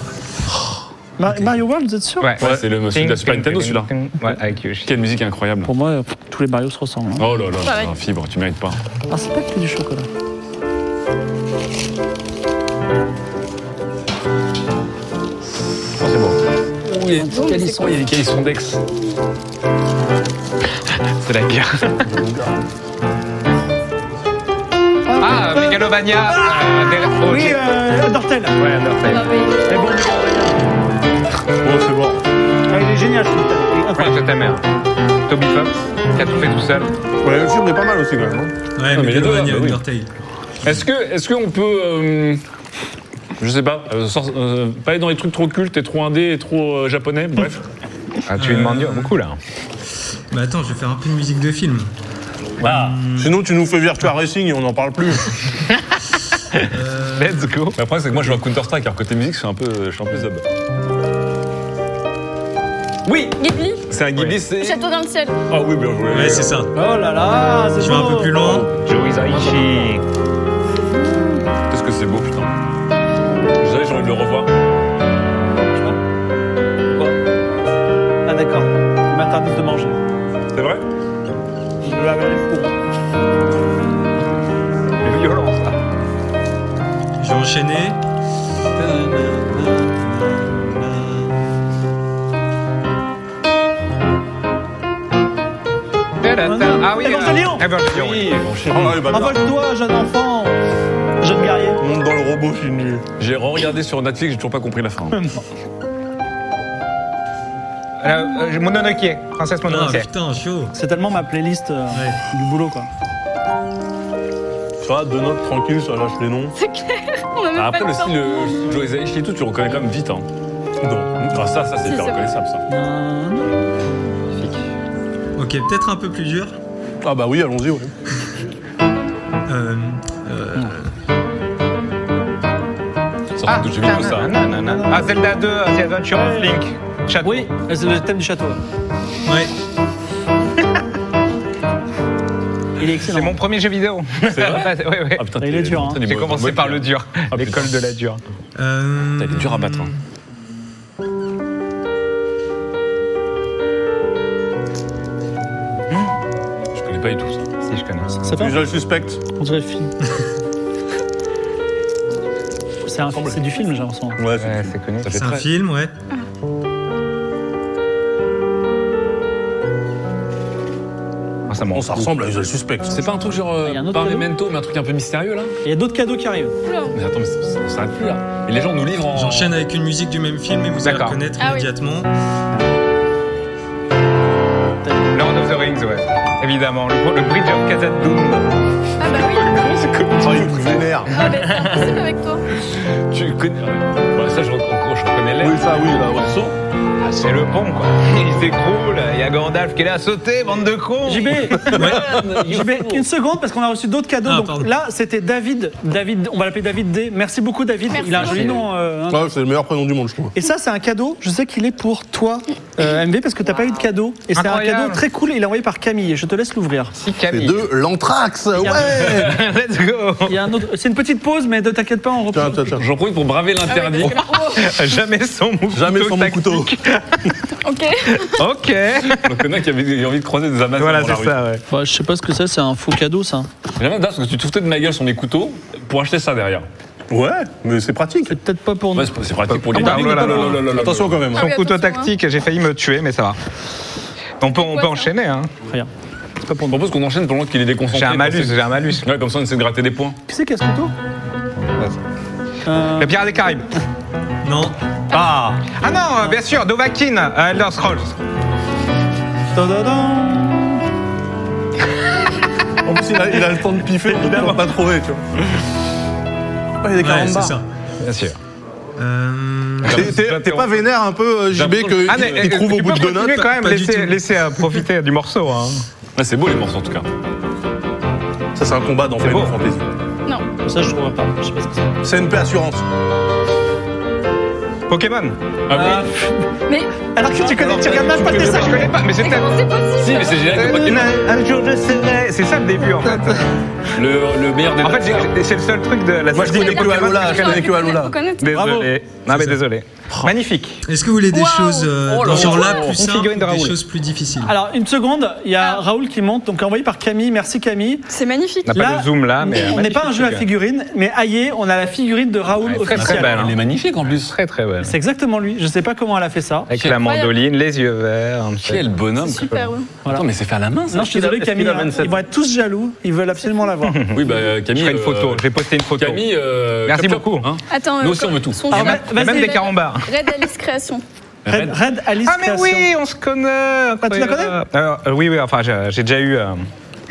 Speaker 1: Ma- Mario World, vous êtes sûr
Speaker 5: Ouais, c'est le monsieur de la Super Nintendo, celui-là.
Speaker 3: Ouais, avec euh, Yoshi.
Speaker 5: Quelle musique incroyable.
Speaker 1: Pour moi, euh, tous les Mario se ressemblent. hein.
Speaker 5: Oh là là,
Speaker 4: Ouais.
Speaker 5: ah, fibre, tu mérites pas.
Speaker 1: Ah, c'est pas que du chocolat.
Speaker 5: Oh, c'est bon.
Speaker 4: Calisson.
Speaker 5: il y a des calissons d'ex.
Speaker 3: C'est la guerre. ah, Megalovania euh, derrière- oh, ok.
Speaker 1: Oui, euh, Undertale.
Speaker 3: Ouais, Undertale.
Speaker 1: Mais bon,
Speaker 5: Oh, c'est bon.
Speaker 1: ah, il est génial. ce Undertale.
Speaker 3: Ouais, c'est ta mère. Toby Fox, qui a tout fait tout seul.
Speaker 2: Ouais, le film est pas mal aussi, quand même. hein.
Speaker 5: mais
Speaker 7: Ouais,
Speaker 5: les
Speaker 7: mais
Speaker 5: deux,
Speaker 7: Megalovania,
Speaker 5: bah oui.
Speaker 7: Undertale.
Speaker 5: Est-ce que, est-ce qu'on peut, euh, je sais pas, euh, sors- euh, pas aller dans les trucs trop cultes et trop indés et trop euh, japonais, bref.
Speaker 3: Ah, tu lui demandes beaucoup là.
Speaker 7: Bah attends, je vais faire un peu de musique de film.
Speaker 2: Ah. Sinon, tu nous fais Virtua Racing et on n'en parle plus.
Speaker 3: Let's go.
Speaker 5: Mais après, c'est que moi, je joue à Counter Strike, alors côté musique, je suis un peu, euh, je suis un peu zob. Oui,
Speaker 4: Ghibli,
Speaker 5: c'est un Ghibli, c'est.
Speaker 4: Château dans le ciel.
Speaker 5: Ah oui, bien joué.
Speaker 7: Ouais, c'est ça.
Speaker 1: Oh là là, c'est
Speaker 7: Je vais un peu plus loin.
Speaker 3: Joey Zaichi.
Speaker 5: Qu'est-ce que c'est beau, putain. Je savais, j'ai envie de le revoir.
Speaker 1: Ah d'accord, ils m'interdisent de manger.
Speaker 5: C'est vrai
Speaker 1: Je vais avaler le four.
Speaker 3: Le violent, ça.
Speaker 7: J'ai enchaîné.
Speaker 3: Ah oui.
Speaker 1: Évangélion.
Speaker 3: euh, Évangélion, oui.
Speaker 5: Oui, mon cher.
Speaker 2: Ah ouais, bah, merde.
Speaker 1: Envole-toi, jeune enfant, jeune guerrier.
Speaker 2: Monte dans le robot, je suis nul.
Speaker 5: J'ai re-regardé sur Netflix, j'ai toujours pas compris la fin.
Speaker 3: Euh, euh, Mononoke, Princesse
Speaker 7: Ah
Speaker 3: Mononoke.
Speaker 7: putain, chaud.
Speaker 1: C'est tellement ma playlist euh,
Speaker 7: Ouais.
Speaker 1: du boulot quoi.
Speaker 2: Ça va, deux notes tranquilles, ça lâche les noms.
Speaker 4: C'est clair. On a même
Speaker 5: Ah,
Speaker 4: pas
Speaker 5: après, le
Speaker 4: le temps.
Speaker 5: style euh, Joe Hisaishi et tout, tu le reconnais quand même vite. Hein. Non. Enfin, ça, ça, c'est
Speaker 4: Si,
Speaker 5: hyper
Speaker 4: c'est
Speaker 5: reconnaissable, ça.
Speaker 7: Ok, peut-être un peu plus dur.
Speaker 2: Ah bah oui, allons-y, ouais.
Speaker 7: Euh, euh,
Speaker 5: Ça
Speaker 3: Ah,
Speaker 5: ressemble de jeu vidéo, ça.
Speaker 3: nanana. Ah, Zelda 2, euh, The Adventure of Link. Chat.
Speaker 1: Oui, c'est le thème du château. là.
Speaker 7: ouais.
Speaker 1: Il est
Speaker 3: C'est
Speaker 1: excellent.
Speaker 3: mon premier jeu vidéo.
Speaker 5: C'est vrai
Speaker 3: Ouais, ouais.
Speaker 5: Ah, putain,
Speaker 1: Il est
Speaker 5: t'es-
Speaker 1: dur, hein.
Speaker 5: putain, t'es
Speaker 3: J'ai
Speaker 5: mauvais.
Speaker 3: commencé par le dur,
Speaker 5: Ah,
Speaker 3: l'école
Speaker 5: putain.
Speaker 3: de la dure.
Speaker 7: Euh,
Speaker 5: Putain, il est dur à battre. hein. Je connais pas du tout ça.
Speaker 3: Si je connais.
Speaker 1: C'est pas
Speaker 2: Usual suspect.
Speaker 1: On dirait le film. c'est un- c'est du film, j'ai l'impression.
Speaker 2: Ouais, c'est-
Speaker 3: Ouais, c'est connu.
Speaker 5: Ça fait
Speaker 7: C'est un
Speaker 5: très...
Speaker 7: film, ouais.
Speaker 3: Ah, ça me
Speaker 2: Bon,
Speaker 3: rend
Speaker 2: ça
Speaker 3: fou.
Speaker 2: ressemble à Usual suspect.
Speaker 5: C'est pas un truc genre
Speaker 1: Il y a un
Speaker 5: euh,
Speaker 1: autre
Speaker 5: par les
Speaker 1: cadeau
Speaker 5: mento, mais un truc un peu mystérieux là
Speaker 1: Il y a d'autres cadeaux qui arrivent.
Speaker 4: Oh.
Speaker 5: Mais attends, mais ça, ça- ça s'arrête plus là. Et les gens nous livrent en.
Speaker 7: J'enchaîne avec une musique du même film et vous allez
Speaker 3: D'accord.
Speaker 7: reconnaître
Speaker 4: Ah oui.
Speaker 7: immédiatement.
Speaker 3: Lord of the Rings, ouais. Évidemment, le, le Bridge of Khazad Dûm.
Speaker 4: Ah bah oui.
Speaker 2: Ah, il est prisionnaire.
Speaker 4: Ah bah c'est impossible avec toi.
Speaker 5: Tu connais. Bah, ça, je reconnais, je reconnais l'air.
Speaker 2: Oui, ça, oui, là, ouais. Saut.
Speaker 3: Ah, c'est le pont, quoi. Il s'écroule, il y a Gandalf qui est là à sauter, bande de cons.
Speaker 1: JB, JB, une seconde parce qu'on a reçu d'autres cadeaux.
Speaker 7: Ah,
Speaker 1: donc
Speaker 7: pardon.
Speaker 1: là, c'était David. David, on va l'appeler David D. Merci beaucoup, David.
Speaker 4: Merci
Speaker 1: Il a un joli
Speaker 3: beaucoup.
Speaker 1: nom. euh, hein.
Speaker 2: Ah, c'est le meilleur prénom du monde, je trouve.
Speaker 1: Et ça, c'est un cadeau. Je sais qu'il est pour toi, euh, MV, parce que t'as pas eu de cadeau. Et c'est un
Speaker 3: Incroyable.
Speaker 1: cadeau très cool. Il est envoyé par Camille. Je te laisse l'ouvrir.
Speaker 3: Si
Speaker 2: C'est
Speaker 3: Camille.
Speaker 2: de l'anthrax,
Speaker 1: a-
Speaker 2: ouais
Speaker 3: Let's go.
Speaker 1: Il y a un autre. C'est une petite pause, mais ne t'inquiète pas, on reprend.
Speaker 2: Tiens, tiens, tiens.
Speaker 5: J'en profite pour braver
Speaker 4: Ah oui,
Speaker 5: l'interdit.
Speaker 4: parce que là-
Speaker 3: Jamais sans mon
Speaker 2: Jamais
Speaker 3: couteau
Speaker 2: sans mon couteau.
Speaker 3: tactique.
Speaker 4: oh, ok.
Speaker 3: Ok.
Speaker 5: Le connard qui avait il a envie de croiser des amateurs.
Speaker 3: Voilà,
Speaker 5: dans la
Speaker 3: c'est
Speaker 5: rue.
Speaker 3: ça, ouais.
Speaker 1: Bah, je sais pas ce que c'est. C'est un faux cadeau, ça.
Speaker 5: J'aime bien parce que tu te foutais de ma gueule sur mes couteaux pour acheter ça derrière.
Speaker 2: Ouais, mais c'est pratique.
Speaker 1: C'est peut-être pas pour nous.
Speaker 5: Ouais, c'est c'est pratique pour les
Speaker 3: Oh là là là là là là là.
Speaker 2: Attention quand même.
Speaker 4: Ah
Speaker 3: Son
Speaker 4: oui,
Speaker 3: couteau
Speaker 4: attention,
Speaker 3: tactique, j'ai failli me tuer, mais ça va. On peut, on
Speaker 4: quoi,
Speaker 3: peut
Speaker 4: ça
Speaker 3: enchaîner, hein.
Speaker 1: Rien.
Speaker 5: Je propose qu'on enchaîne pendant qu'il est déconcentré.
Speaker 3: J'ai un malus,
Speaker 5: Parce que-
Speaker 3: j'ai un malus.
Speaker 5: Ouais, comme ça on essaie de gratter des points.
Speaker 1: Qui c'est qui a ce couteau
Speaker 3: Le Pirate des Caraïbes.
Speaker 7: Non.
Speaker 3: Ah. Ah non, euh, bien sûr, Dovahkiin, euh, Elder Scrolls.
Speaker 1: Tadadam.
Speaker 2: En plus, il a, il a le temps de piffer, donc on va pas trouver, tu vois. Ah, il y a des
Speaker 7: Ouais,
Speaker 2: 40
Speaker 7: c'est
Speaker 2: barres.
Speaker 7: ça.
Speaker 3: Bien sûr.
Speaker 7: Euh,
Speaker 2: T'es- T'es t'es pas vénère un peu, euh, JB, que
Speaker 3: Ah,
Speaker 2: il-
Speaker 3: mais,
Speaker 2: il trouve
Speaker 3: euh,
Speaker 2: au
Speaker 3: tu
Speaker 2: bout
Speaker 3: peux
Speaker 2: de deux
Speaker 3: continuer
Speaker 2: notes
Speaker 3: quand même,
Speaker 7: Pas du
Speaker 3: laissez,
Speaker 7: tout.
Speaker 3: laissez, euh, profiter du morceau. hein.
Speaker 5: Ah, c'est beau les morceaux en tout cas.
Speaker 2: Ça, c'est un combat dans
Speaker 3: beau.
Speaker 2: Final Fantasy.
Speaker 4: Non.
Speaker 1: Ça, je trouve pas. Je sais pas ce que c'est.
Speaker 2: CNP Assurance.
Speaker 3: Pokémon.
Speaker 5: Ah oui.
Speaker 4: Mais
Speaker 1: Alors que tu connais, tu regardes même pas tes
Speaker 3: Ça, je connais Eh, pas, mais c'est
Speaker 4: comment c'est possible
Speaker 5: Si, mais c'est génial que Pokémon.
Speaker 3: Un jour je serai. C'est ça le début en fait.
Speaker 5: Le, le meilleur des
Speaker 3: En fait,
Speaker 5: notes, c'est-
Speaker 3: j'ai- c'est le seul truc de la
Speaker 2: Moi, je
Speaker 3: série
Speaker 2: connais que
Speaker 3: Pokémon
Speaker 2: Alola,
Speaker 3: que
Speaker 2: je connais que
Speaker 4: Faut
Speaker 2: Alola.
Speaker 4: connaître.
Speaker 3: Désolé. Non mais désolé. Magnifique.
Speaker 7: Est-ce que vous voulez des
Speaker 1: Waouh
Speaker 7: choses euh,
Speaker 3: Oh là
Speaker 7: dans ce
Speaker 3: là.
Speaker 7: genre-là plus
Speaker 3: Une
Speaker 7: simples,
Speaker 3: figurine de
Speaker 7: des
Speaker 3: Raoul.
Speaker 7: choses plus difficiles
Speaker 1: Alors, une seconde, il y a
Speaker 4: Ah.
Speaker 1: Raoul qui monte, donc envoyé par Camille. Merci Camille.
Speaker 4: C'est magnifique.
Speaker 3: On n'a pas de zoom là, mais.
Speaker 1: on n'est pas un jeu à figurine, mais aïe, on a la figurine de Raoul
Speaker 3: Ouais, très, très
Speaker 1: officielle.
Speaker 3: belle, hein.
Speaker 5: Ah, Elle est magnifique en plus.
Speaker 3: Très très belle.
Speaker 1: C'est exactement lui. Je sais pas comment elle a fait ça.
Speaker 3: Avec la mandoline, les yeux verts. un petit-
Speaker 5: Quel bonhomme.
Speaker 4: C'est super, ouais.
Speaker 5: Attends, mais c'est fait à la main ça
Speaker 1: Non, je suis désolé, Camille. hein, Ils vont être tous jaloux. Ils veulent absolument l'avoir.
Speaker 5: Oui, bah
Speaker 3: Je
Speaker 5: Camille.
Speaker 3: ferai une photo,
Speaker 5: euh,
Speaker 3: je vais poster une photo.
Speaker 5: Camille, euh,
Speaker 3: Merci
Speaker 5: capture,
Speaker 3: beaucoup.
Speaker 5: hein.
Speaker 4: Attends,
Speaker 5: Nous
Speaker 4: euh,
Speaker 5: aussi, on veut tout.
Speaker 4: son
Speaker 3: Il y a
Speaker 1: Ah,
Speaker 4: jeu-
Speaker 3: même, il y a même
Speaker 1: vas-y.
Speaker 3: des carambars.
Speaker 4: Red Alice Création.
Speaker 1: Red, Red Alice
Speaker 3: Ah mais
Speaker 1: Création.
Speaker 3: oui, on se connaît.
Speaker 1: Ah, tu la connais
Speaker 3: Alors, euh, Oui, oui, enfin j'ai j'ai déjà eu... euh,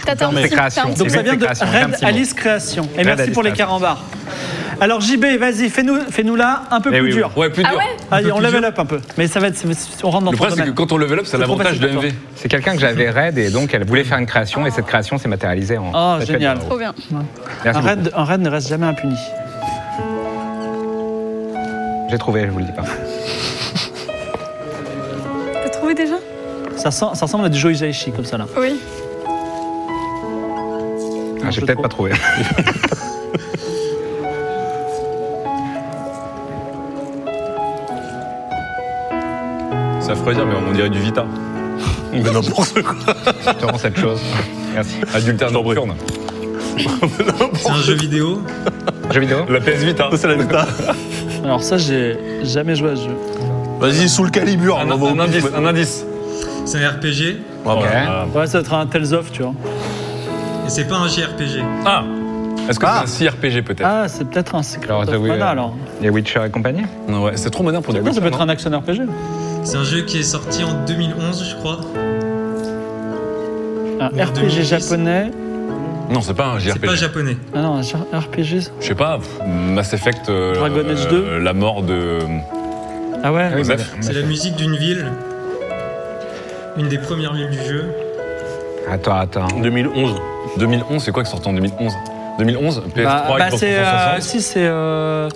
Speaker 4: T'as t'as un
Speaker 3: Permet.
Speaker 4: petit- t'as un
Speaker 3: Création.
Speaker 4: petit-
Speaker 1: Donc
Speaker 3: C'est
Speaker 1: ça vient de
Speaker 3: Création, c'est un
Speaker 1: Red
Speaker 3: petit mot.
Speaker 1: Alice Création. Et
Speaker 3: Red
Speaker 1: merci
Speaker 3: Alice
Speaker 1: pour les
Speaker 3: Création.
Speaker 1: carambars. Alors JB, vas-y, fais-nous fais-nous là un peu
Speaker 3: Eh
Speaker 1: plus
Speaker 3: oui,
Speaker 1: dur.
Speaker 5: Ouais, plus
Speaker 4: Ah
Speaker 5: dur.
Speaker 4: ouais
Speaker 1: Allez, on level up un peu. Mais ça va être, c'est- on rentre dans
Speaker 5: Le
Speaker 1: ton
Speaker 5: problème, c'est que
Speaker 1: domaine.
Speaker 5: quand on level up, c'est
Speaker 1: C'est trop
Speaker 5: l'avantage de
Speaker 1: facile pour
Speaker 5: MV.
Speaker 3: C'est quelqu'un que j'avais raid et donc elle voulait faire une création et cette création s'est matérialisée en...
Speaker 1: Oh,
Speaker 3: Faites-le.
Speaker 1: génial.
Speaker 4: Trop bien.
Speaker 3: Merci
Speaker 1: Un
Speaker 3: beaucoup.
Speaker 1: raid, un raid ne reste jamais impuni.
Speaker 3: J'ai trouvé, je vous le dis pas. Ah,
Speaker 4: T'as trouvé déjà
Speaker 1: Ça, sent- ça ressemble à du Joe Hisaishi comme ça là.
Speaker 4: Oui.
Speaker 3: Ah,
Speaker 1: je
Speaker 3: J'ai
Speaker 1: le
Speaker 3: peut-être pas trouvé.
Speaker 5: Ça ferait dire, mais on dirait du Vita.
Speaker 2: Mais n'importe quoi.
Speaker 3: Je te rends cette chose. Merci. Euh,
Speaker 5: Adultère nocturne.
Speaker 7: C'est un jeu vidéo
Speaker 3: Jeu vidéo
Speaker 5: La PS Vita.
Speaker 2: C'est la Vita.
Speaker 1: Alors ça, j'ai jamais joué à ce jeu.
Speaker 2: Vas-y, sous le calibre.
Speaker 5: Un,
Speaker 2: on va au
Speaker 5: un
Speaker 2: pif.
Speaker 5: indice, un indice.
Speaker 7: C'est un RPG
Speaker 2: Ah, bah.
Speaker 3: Ok.
Speaker 5: Ah.
Speaker 1: Ouais, ça doit être un Tales of, tu vois.
Speaker 7: Et c'est pas un JRPG
Speaker 5: Ah Est-ce que
Speaker 2: Ah.
Speaker 5: c'est un CRPG peut-être
Speaker 1: Ah, c'est peut-être un Secret
Speaker 3: Alors,
Speaker 1: of
Speaker 3: t'as vu,
Speaker 1: Mana
Speaker 3: euh,
Speaker 1: alors.
Speaker 3: Les Witcher et compagnie
Speaker 5: Non, ouais, c'est trop moderne pour des
Speaker 1: Non, ça
Speaker 5: Witcher,
Speaker 1: peut être
Speaker 5: non
Speaker 1: un action RPG.
Speaker 7: C'est un jeu qui est sorti en 2011, je crois.
Speaker 1: Un
Speaker 7: Mais en
Speaker 1: RPG
Speaker 7: 2010.
Speaker 1: japonais.
Speaker 5: Non, c'est pas un
Speaker 7: C'est pas
Speaker 5: JRPG.
Speaker 7: japonais.
Speaker 1: Ah non, un RPG.
Speaker 5: Je sais pas, pff, Mass Effect. euh,
Speaker 1: Dragon Age
Speaker 5: euh,
Speaker 1: 2.
Speaker 5: La mort de.
Speaker 1: Ah ouais.
Speaker 3: oui,
Speaker 5: Joseph.
Speaker 3: mais-
Speaker 7: C'est la musique d'une ville. Une des premières villes du jeu.
Speaker 3: Attends, attends.
Speaker 5: 2011. 2011, c'est quoi qui sortait en 2011 2011, PS3,
Speaker 1: Bah, bah,
Speaker 5: Xbox
Speaker 1: c'est. euh,
Speaker 5: 360.
Speaker 1: si, c'est. euh,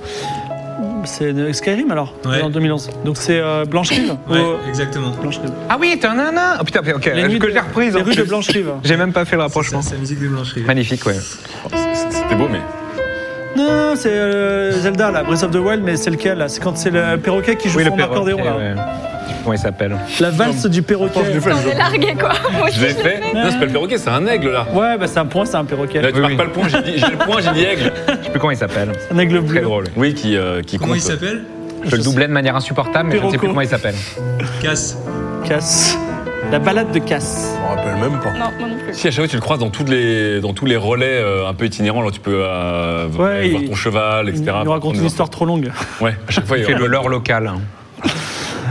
Speaker 1: c'est de Skyrim alors,
Speaker 7: Ouais.
Speaker 1: en 2011. Donc c'est euh, Blanche-Rive
Speaker 7: Ouais,
Speaker 1: ou-
Speaker 7: exactement.
Speaker 1: Blanche-Rive.
Speaker 3: Ah oui, t'es un nana Oh putain, ok,
Speaker 1: Les nuits
Speaker 3: que
Speaker 1: de-
Speaker 3: j'ai reprise.
Speaker 1: Les
Speaker 3: en
Speaker 1: rues de
Speaker 3: plus.
Speaker 1: Blanche-Rive.
Speaker 3: J'ai même pas fait le
Speaker 7: C'est
Speaker 3: rapprochement.
Speaker 7: ça, c'est la musique de Blancherie.
Speaker 3: Magnifique, ouais.
Speaker 5: Oh, C'était beau, mais.
Speaker 1: Non, c'est euh, Zelda, là, Breath of the Wild, mais c'est lequel là C'est quand c'est le perroquet qui joue son accordéon là.
Speaker 3: ouais. Comment il s'appelle
Speaker 1: La valse du perroquet.
Speaker 4: On est largué quoi. Moi aussi,
Speaker 5: Je l'ai
Speaker 4: je l'ai
Speaker 5: fait Non, c'est pas le perroquet, c'est un aigle là.
Speaker 1: Ouais, bah c'est un point, c'est un perroquet.
Speaker 5: Là, tu
Speaker 3: Oui,
Speaker 5: marques
Speaker 3: oui.
Speaker 5: pas le point, j'ai dit- j'ai le point, j'ai dit aigle.
Speaker 3: Je sais plus comment il s'appelle.
Speaker 1: Un aigle bleu.
Speaker 3: Très drôle.
Speaker 5: Oui, qui, euh, qui
Speaker 7: Comment
Speaker 5: compte.
Speaker 7: il s'appelle
Speaker 3: Je le doublais de manière insupportable, mais je ne sais
Speaker 1: Perroco.
Speaker 3: plus comment il s'appelle.
Speaker 7: Casse.
Speaker 1: Casse. La balade de Casse.
Speaker 2: Je me rappelle même pas.
Speaker 4: Non, moi non plus.
Speaker 5: Si à chaque fois tu le croises dans, toutes les, dans tous les relais euh, un peu itinérants, alors tu peux euh,
Speaker 1: Ouais,
Speaker 5: voir
Speaker 1: il-
Speaker 5: ton cheval,
Speaker 1: Il
Speaker 5: etc.
Speaker 1: nous raconte une histoire trop longue.
Speaker 5: Ouais, à chaque fois il,
Speaker 3: Il fait le leurre local. hein.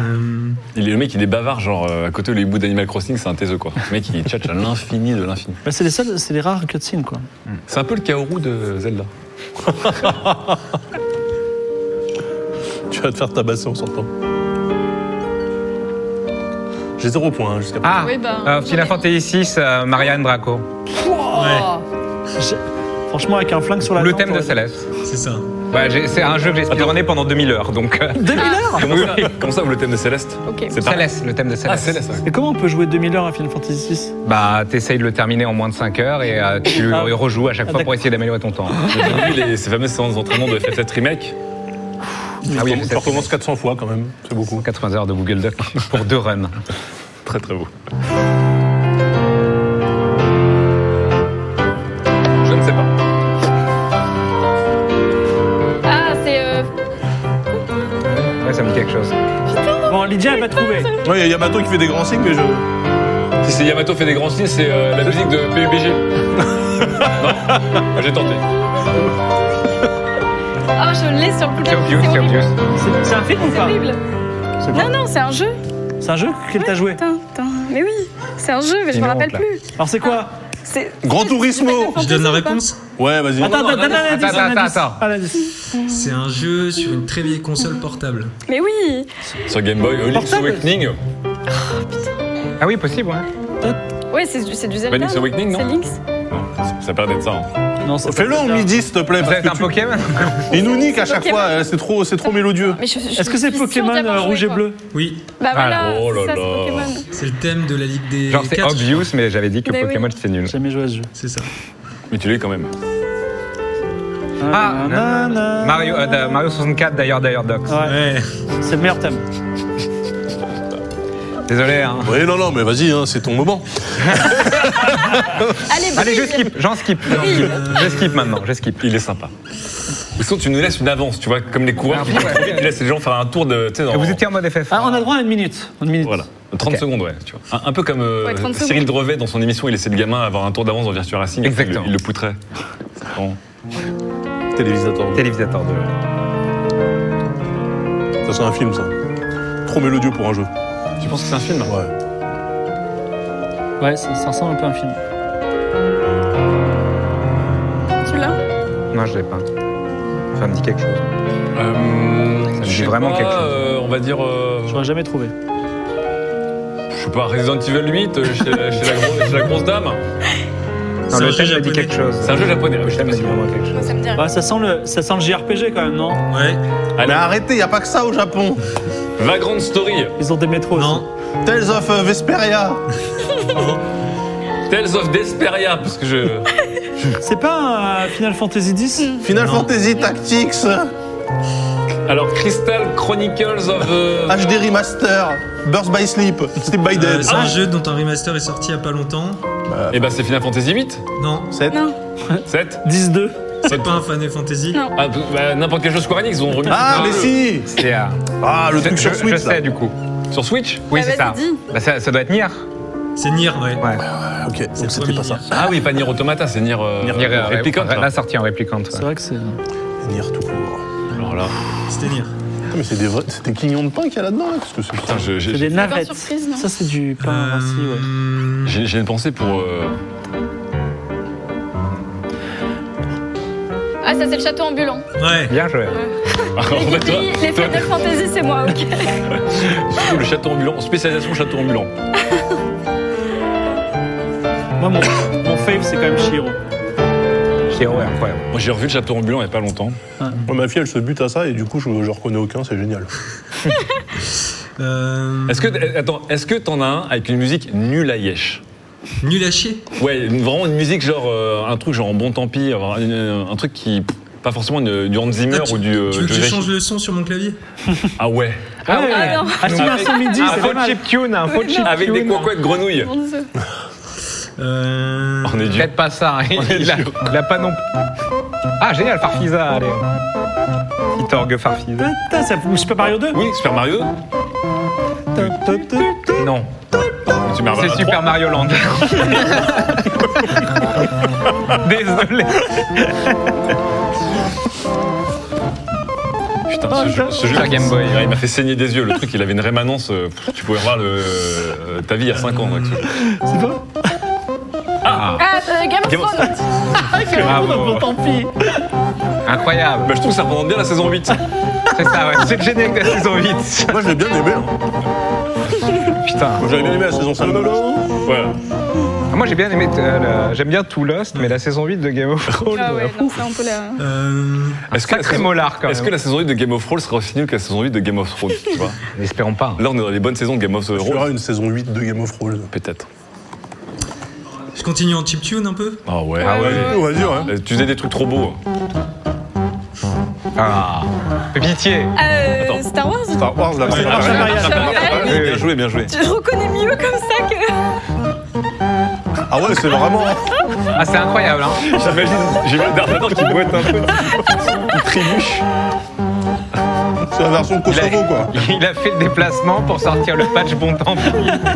Speaker 7: Euh,
Speaker 5: il est le mec il est bavard, genre euh, à côté les bouts d'Animal Crossing, c'est un taiseux quoi. Le mec il tchatche à l'infini de l'infini.
Speaker 1: Bah, c'est les seuls, c'est les rares cutscenes quoi.
Speaker 5: C'est un peu le Kaoru de Zelda.
Speaker 2: Tu vas te faire tabasser en sortant. J'ai zéro point hein, jusqu'à présent.
Speaker 3: Ah
Speaker 4: Oui, ben,
Speaker 3: euh, Final Fantasy VI, euh, Marianne Draco.
Speaker 1: J'ai- Franchement, avec un flingue sur la
Speaker 3: Le
Speaker 1: tempe, euh,
Speaker 3: thème de
Speaker 1: j'aurais-
Speaker 3: Céleste.
Speaker 7: c'est ça.
Speaker 3: Ouais, j'ai- c'est un jeu que j'ai speedrunné pendant 2000 heures, donc... euh,
Speaker 1: 2000 heures
Speaker 5: Comment ça, comment ça, vous, le thème de Céleste
Speaker 4: Ok.
Speaker 5: C'est pareil.
Speaker 3: Céleste, le thème de
Speaker 5: Ah,
Speaker 3: Céleste.
Speaker 5: Céleste, ouais.
Speaker 1: Et comment on peut jouer 2000 heures à Final Fantasy VI
Speaker 3: Bah, t'essayes de le terminer en moins de 5 heures et euh, tu
Speaker 1: Ah.
Speaker 3: y rejoues à chaque fois
Speaker 1: d'accord.
Speaker 3: pour essayer d'améliorer ton temps. Ah
Speaker 5: J'ai vu les- ces fameuses séances d'entraînement de FF7 Remake.
Speaker 3: Ah oui,
Speaker 2: Je recommence 400 fois quand même. C'est beaucoup.
Speaker 3: 80 heures de Google Doc pour deux runs.
Speaker 5: Très très beau. Je ne sais pas.
Speaker 4: Ah, c'est. euh,
Speaker 3: Ouais, ça me dit quelque chose.
Speaker 1: Bon, Lydia, elle va trouver.
Speaker 2: Ouais, il y a Yamato qui fait des grands signes, mais je.
Speaker 5: Si c'est Yamato fait des grands signes, c'est euh, la musique de PUBG. non J'ai tenté.
Speaker 4: Ah, je l'ai sur le bout de
Speaker 3: C'est
Speaker 4: la
Speaker 3: obvious,
Speaker 4: bouche,
Speaker 3: c'est
Speaker 4: horrible.
Speaker 3: obvious.
Speaker 1: C'est c'est un film ou
Speaker 4: C'est
Speaker 1: pas
Speaker 4: horrible.
Speaker 1: C'est pas-
Speaker 4: Non, non, c'est un jeu.
Speaker 1: C'est un jeu qu'elle t'a joué.
Speaker 4: Putain, putain. Mais oui, c'est un jeu, mais je me
Speaker 3: Sinon,
Speaker 4: rappelle
Speaker 3: on te
Speaker 4: plus.
Speaker 1: Alors c'est quoi
Speaker 4: C'est.
Speaker 2: Grand
Speaker 4: c'est-
Speaker 2: Turismo.
Speaker 4: Ah, c'est Final
Speaker 7: Je donne la
Speaker 4: Fantasy ou pas
Speaker 7: réponse
Speaker 2: Ouais, vas-y.
Speaker 1: Attends, attends, attends,
Speaker 3: attends,
Speaker 1: attends,
Speaker 3: attends,
Speaker 1: attends,
Speaker 3: attends.
Speaker 7: C'est un jeu sur une très vieille console portable.
Speaker 4: Mais oui.
Speaker 5: Sur Game Boy, euh, Link's
Speaker 1: Portable.
Speaker 5: Awakening.
Speaker 3: Ah oui, possible, ouais.
Speaker 4: Ouais, c'est du, c'est du Zelda.
Speaker 5: Link's
Speaker 4: non
Speaker 5: Awakening, non
Speaker 4: C'est Lynx.
Speaker 5: Ça- Ça perd d'être ça. hein.
Speaker 1: Non, c'est
Speaker 2: Fais-le en midi, s'il te plaît.
Speaker 3: Vous
Speaker 2: parce
Speaker 3: êtes
Speaker 2: que
Speaker 3: un
Speaker 2: tu-
Speaker 3: Pokémon
Speaker 2: Il nous nique à
Speaker 4: C'est
Speaker 2: chaque
Speaker 4: Pokémon.
Speaker 2: fois. euh, C'est trop, c'est trop mélodieux.
Speaker 4: Mais je- je-
Speaker 1: Est-ce que
Speaker 4: je
Speaker 1: c'est
Speaker 4: suis sûre
Speaker 1: Pokémon
Speaker 4: d'avoir
Speaker 1: euh,
Speaker 4: joué,
Speaker 1: rouge et
Speaker 4: quoi.
Speaker 1: bleu
Speaker 7: Oui,
Speaker 4: Bah
Speaker 3: Ah,
Speaker 4: voilà,
Speaker 5: oh là
Speaker 4: c'est ça,
Speaker 5: là.
Speaker 4: c'est Pokémon.
Speaker 7: c'est le thème de la Ligue des
Speaker 3: Genre, c'est
Speaker 7: Quatre.
Speaker 3: obvious, mais j'avais dit que
Speaker 4: Mais oui.
Speaker 3: Pokémon, c'était nul.
Speaker 1: Jamais joué à ce jeu.
Speaker 7: C'est ça.
Speaker 5: Mais tu l'as eu quand même.
Speaker 3: Ah,
Speaker 1: Nanana.
Speaker 3: Mario, euh, da- Mario 64, d'ailleurs, d'ailleurs, Docs.
Speaker 1: Ouais.
Speaker 7: Ouais.
Speaker 1: C'est le meilleur thème.
Speaker 3: Désolé. Hein.
Speaker 2: Oui, non, non, mais vas-y, hein, c'est ton moment.
Speaker 4: Allez,
Speaker 3: Allez, je
Speaker 4: brille.
Speaker 3: skip, j'en skip. j'en skip. Je skip maintenant, je skip.
Speaker 5: Il est sympa. Ils sont, tu nous laisses une avance, tu vois, comme les coureurs
Speaker 3: Ah,
Speaker 5: qui
Speaker 3: ouais.
Speaker 5: courent trop vite, ils laissent les gens faire un tour de. tu sais, dans-
Speaker 3: Vous étiez en mode FF.
Speaker 1: Ah, on a droit à une minute. Une minute.
Speaker 5: Voilà. 30
Speaker 3: Ok.
Speaker 5: secondes, ouais. Tu vois. Un, un peu comme euh,
Speaker 4: Ouais, 30
Speaker 5: Cyril Drevet dans son émission, il laissait le gamin avoir un tour d'avance dans Virtua Racing. et puis
Speaker 3: Exactement.
Speaker 5: Il, il le poutrait. C'est vraiment-
Speaker 2: Télévisateur.
Speaker 3: Télévisateur de.
Speaker 2: Ça, c'est un film, ça. Trop mélodieux pour un jeu.
Speaker 5: Tu penses que c'est un film
Speaker 2: Ouais.
Speaker 1: Ouais, ça, ça ressemble un peu à un film.
Speaker 4: Tu l'as
Speaker 3: Non, je l'ai pas. Ça me dit quelque chose.
Speaker 5: Euh,
Speaker 3: me
Speaker 5: je
Speaker 3: dit
Speaker 5: sais
Speaker 3: vraiment
Speaker 5: pas,
Speaker 3: quelque chose.
Speaker 5: euh, on va dire. euh,
Speaker 1: J'aurais jamais trouvé.
Speaker 5: je sais pas, Resident Evil 8 euh, chez, la- chez la, gros- chez la grosse dame.
Speaker 3: Non,
Speaker 7: C'est un
Speaker 3: le
Speaker 7: jeu
Speaker 3: thème me dit
Speaker 7: japonais.
Speaker 3: quelque chose.
Speaker 5: C'est un jeu japonais, oui,
Speaker 3: Le
Speaker 5: je sais
Speaker 3: thème
Speaker 5: pas
Speaker 3: me
Speaker 5: si
Speaker 3: dit
Speaker 5: vous-
Speaker 3: vraiment quelque chose.
Speaker 4: Ça me dit rien.
Speaker 1: Ouais, ça sent le, ça sent le JRPG quand même, non
Speaker 7: Ouais.
Speaker 5: Allez,
Speaker 2: Mais
Speaker 3: Bah,
Speaker 2: arrêtez, y a pas que ça au Japon.
Speaker 5: Vagrant Story,
Speaker 1: Ils ont des métros aussi.
Speaker 7: Non.
Speaker 2: Tales of euh, Vesperia.
Speaker 5: Tales of Desperia, parce que je.
Speaker 1: C'est pas un Final Fantasy X
Speaker 2: Final Fantasy Tactics.
Speaker 5: Alors, Crystal Chronicles of. euh,
Speaker 3: Ah,
Speaker 2: HD Remaster. Birth by Sleep. Sleep by
Speaker 7: Euh,
Speaker 2: Dead.
Speaker 7: c'est un jeu dont un remaster est sorti il y a pas longtemps.
Speaker 5: Eh ben, c'est Final Fantasy 8
Speaker 7: Non,
Speaker 2: 7.
Speaker 4: Non,
Speaker 5: 7
Speaker 1: 10-2.
Speaker 7: c'est pas un Final Fantasy.
Speaker 4: Non.
Speaker 5: ah, bah, N'importe quel jeu Square Enix, ils ont remis.
Speaker 2: Ah, mais si
Speaker 3: C'est, euh,
Speaker 2: Ah, le
Speaker 3: je-
Speaker 2: truc
Speaker 3: je-
Speaker 2: sur Switch,
Speaker 3: Je
Speaker 2: là.
Speaker 3: sais, du coup.
Speaker 5: Sur Switch
Speaker 3: Oui,
Speaker 4: Bah,
Speaker 3: c'est ça.
Speaker 4: vas-y, dis.
Speaker 3: Bah, ça. Ça doit être Nier.
Speaker 7: C'est Nier, ouais.
Speaker 3: Ouais.
Speaker 2: Ah, Ok, donc
Speaker 7: C'est
Speaker 2: c'était
Speaker 7: le
Speaker 2: pas
Speaker 7: premier
Speaker 2: ça.
Speaker 5: Ah oui, pas Nier Automata, c'est Nier, euh,
Speaker 3: Nier, euh,
Speaker 5: Replicant.
Speaker 3: ré-
Speaker 5: là.
Speaker 3: La sortie en réplicante. ouais.
Speaker 1: C'est vrai que c'est.
Speaker 2: Nier tout court.
Speaker 5: Alors là,
Speaker 7: C'était Nier.
Speaker 2: Putain, Mais c'est des vrais... C'est des clignons de pain qu'il y a là-dedans, là Qu'est-ce que c'est
Speaker 5: putain, je-
Speaker 1: C'est
Speaker 5: j'ai
Speaker 1: des navettes.
Speaker 4: Encore surprise, non
Speaker 1: ça, c'est du pain rassis, Ah, ouais.
Speaker 7: Euh,
Speaker 5: j'ai- j'ai une pensée pour. euh,
Speaker 4: Ah, ça, c'est le château ambulant.
Speaker 7: Ouais.
Speaker 3: Bien joué.
Speaker 5: Alors, en
Speaker 4: Les
Speaker 5: fait, toi-
Speaker 4: Ghibli, les
Speaker 5: toi,
Speaker 4: Final Fantasy, c'est moi, ok.
Speaker 5: surtout le château ambulant, spécialisation château ambulant.
Speaker 1: Moi, mon, mon fave, c'est quand même Shiro.
Speaker 3: Chiro est incroyable.
Speaker 5: Moi, j'ai revu le château ambulant il n'y a pas longtemps.
Speaker 2: Ouais, Ma fille, elle se bute à ça et du coup, je, je reconnais aucun, c'est génial.
Speaker 7: euh,
Speaker 5: Est-ce que, attends, est-ce que t'en as un avec une musique nulle à Yesh
Speaker 7: Nul à chier.
Speaker 5: Ouais, une- vraiment une musique genre, euh, un truc genre en bon tant pis, avoir une- euh, un, truc qui. Pas forcément une- du Hans Zimmer
Speaker 7: Ah, tu,
Speaker 5: ou du. euh,
Speaker 7: tu veux que je
Speaker 5: Joseph-
Speaker 7: change le son sur mon clavier
Speaker 5: Ah ouais.
Speaker 3: Ah ouais.
Speaker 4: Ah non,
Speaker 1: Ah, si, un son midi,
Speaker 3: Un
Speaker 1: c'est
Speaker 3: faux
Speaker 1: pas mal.
Speaker 3: chip tune, un faux chip
Speaker 5: Avec des cocottes grenouilles.
Speaker 4: mon dieu.
Speaker 7: euh...
Speaker 5: On est dur.
Speaker 3: Peut-être pas ça. hein.
Speaker 5: est
Speaker 3: Il a,
Speaker 5: dur.
Speaker 3: il a pas non. Ah génial, Farfisa. Allez. Petit orgue Farfisa.
Speaker 1: Putain, ça- Super Mario 2
Speaker 5: Oui, Super Mario.
Speaker 3: Non. Ah, bah,
Speaker 5: Super Mario
Speaker 3: C'est
Speaker 5: 3.
Speaker 3: Super Mario Land. Désolé.
Speaker 5: Putain, ce jeu, ce jeu-
Speaker 3: Super Game Boy.
Speaker 5: Ouais, il m'a fait saigner des yeux. Le truc, il avait une rémanence. euh, pff, tu pouvais voir le, euh, ta vie il y a 5 ans. avec ce jeu.
Speaker 1: C'est quoi
Speaker 4: Ah, euh, Game
Speaker 5: Game of
Speaker 4: of Thrones.
Speaker 3: Bravo.
Speaker 1: Tant pis.
Speaker 3: Incroyable.
Speaker 5: Bah, je trouve que ça représente bien la saison 8.
Speaker 3: C'est ça, ouais. C'est le générique de la saison 8.
Speaker 2: Moi, je l'ai bien aimé. hein.
Speaker 3: Putain.
Speaker 2: Moi, J'avais bien aimé la saison 5.
Speaker 5: Voilà.
Speaker 3: Ah, Moi j'ai bien aimé. euh, le- J'aime bien tout Lost, mais la saison 8 de Game of Thrones.
Speaker 4: Ah ouais, non, ça, on peut la...
Speaker 7: euh,
Speaker 5: Est-ce que, la
Speaker 3: Sacré
Speaker 5: saison-
Speaker 3: molard quand même.
Speaker 5: est-ce que la saison 8 de Game of Thrones sera aussi nulle que la saison 8 de Game of Thrones tu vois
Speaker 3: N'espérons pas. hein.
Speaker 5: Là, on est dans les bonnes saisons de Game of
Speaker 2: Il y aura
Speaker 5: Thrones.
Speaker 2: une saison 8 de Game of Thrones.
Speaker 5: Peut-être.
Speaker 7: Je continue en chiptune un peu
Speaker 5: Ah ouais.
Speaker 4: Ah ouais.
Speaker 2: On va dire, hein.
Speaker 5: Euh, Tu faisais des trucs trop beaux. hein.
Speaker 3: Ah. Pitié.
Speaker 4: Euh, Star Wars
Speaker 2: Star Wars, là, c'est
Speaker 1: Marshall
Speaker 2: pareil.
Speaker 1: Maria.
Speaker 4: Ah oui,
Speaker 5: oh, Oui, Bien joué, bien joué.
Speaker 4: Tu le reconnais mieux comme ça que...
Speaker 2: Ah ouais, c'est vraiment.
Speaker 3: Ah c'est incroyable. Hein.
Speaker 5: J'imagine, j'ai vu le Darmanin qui boite un peu. Il trébuche.
Speaker 2: C'est la version Kosovo, quoi.
Speaker 3: Il a fait le déplacement pour sortir le patch bon temps.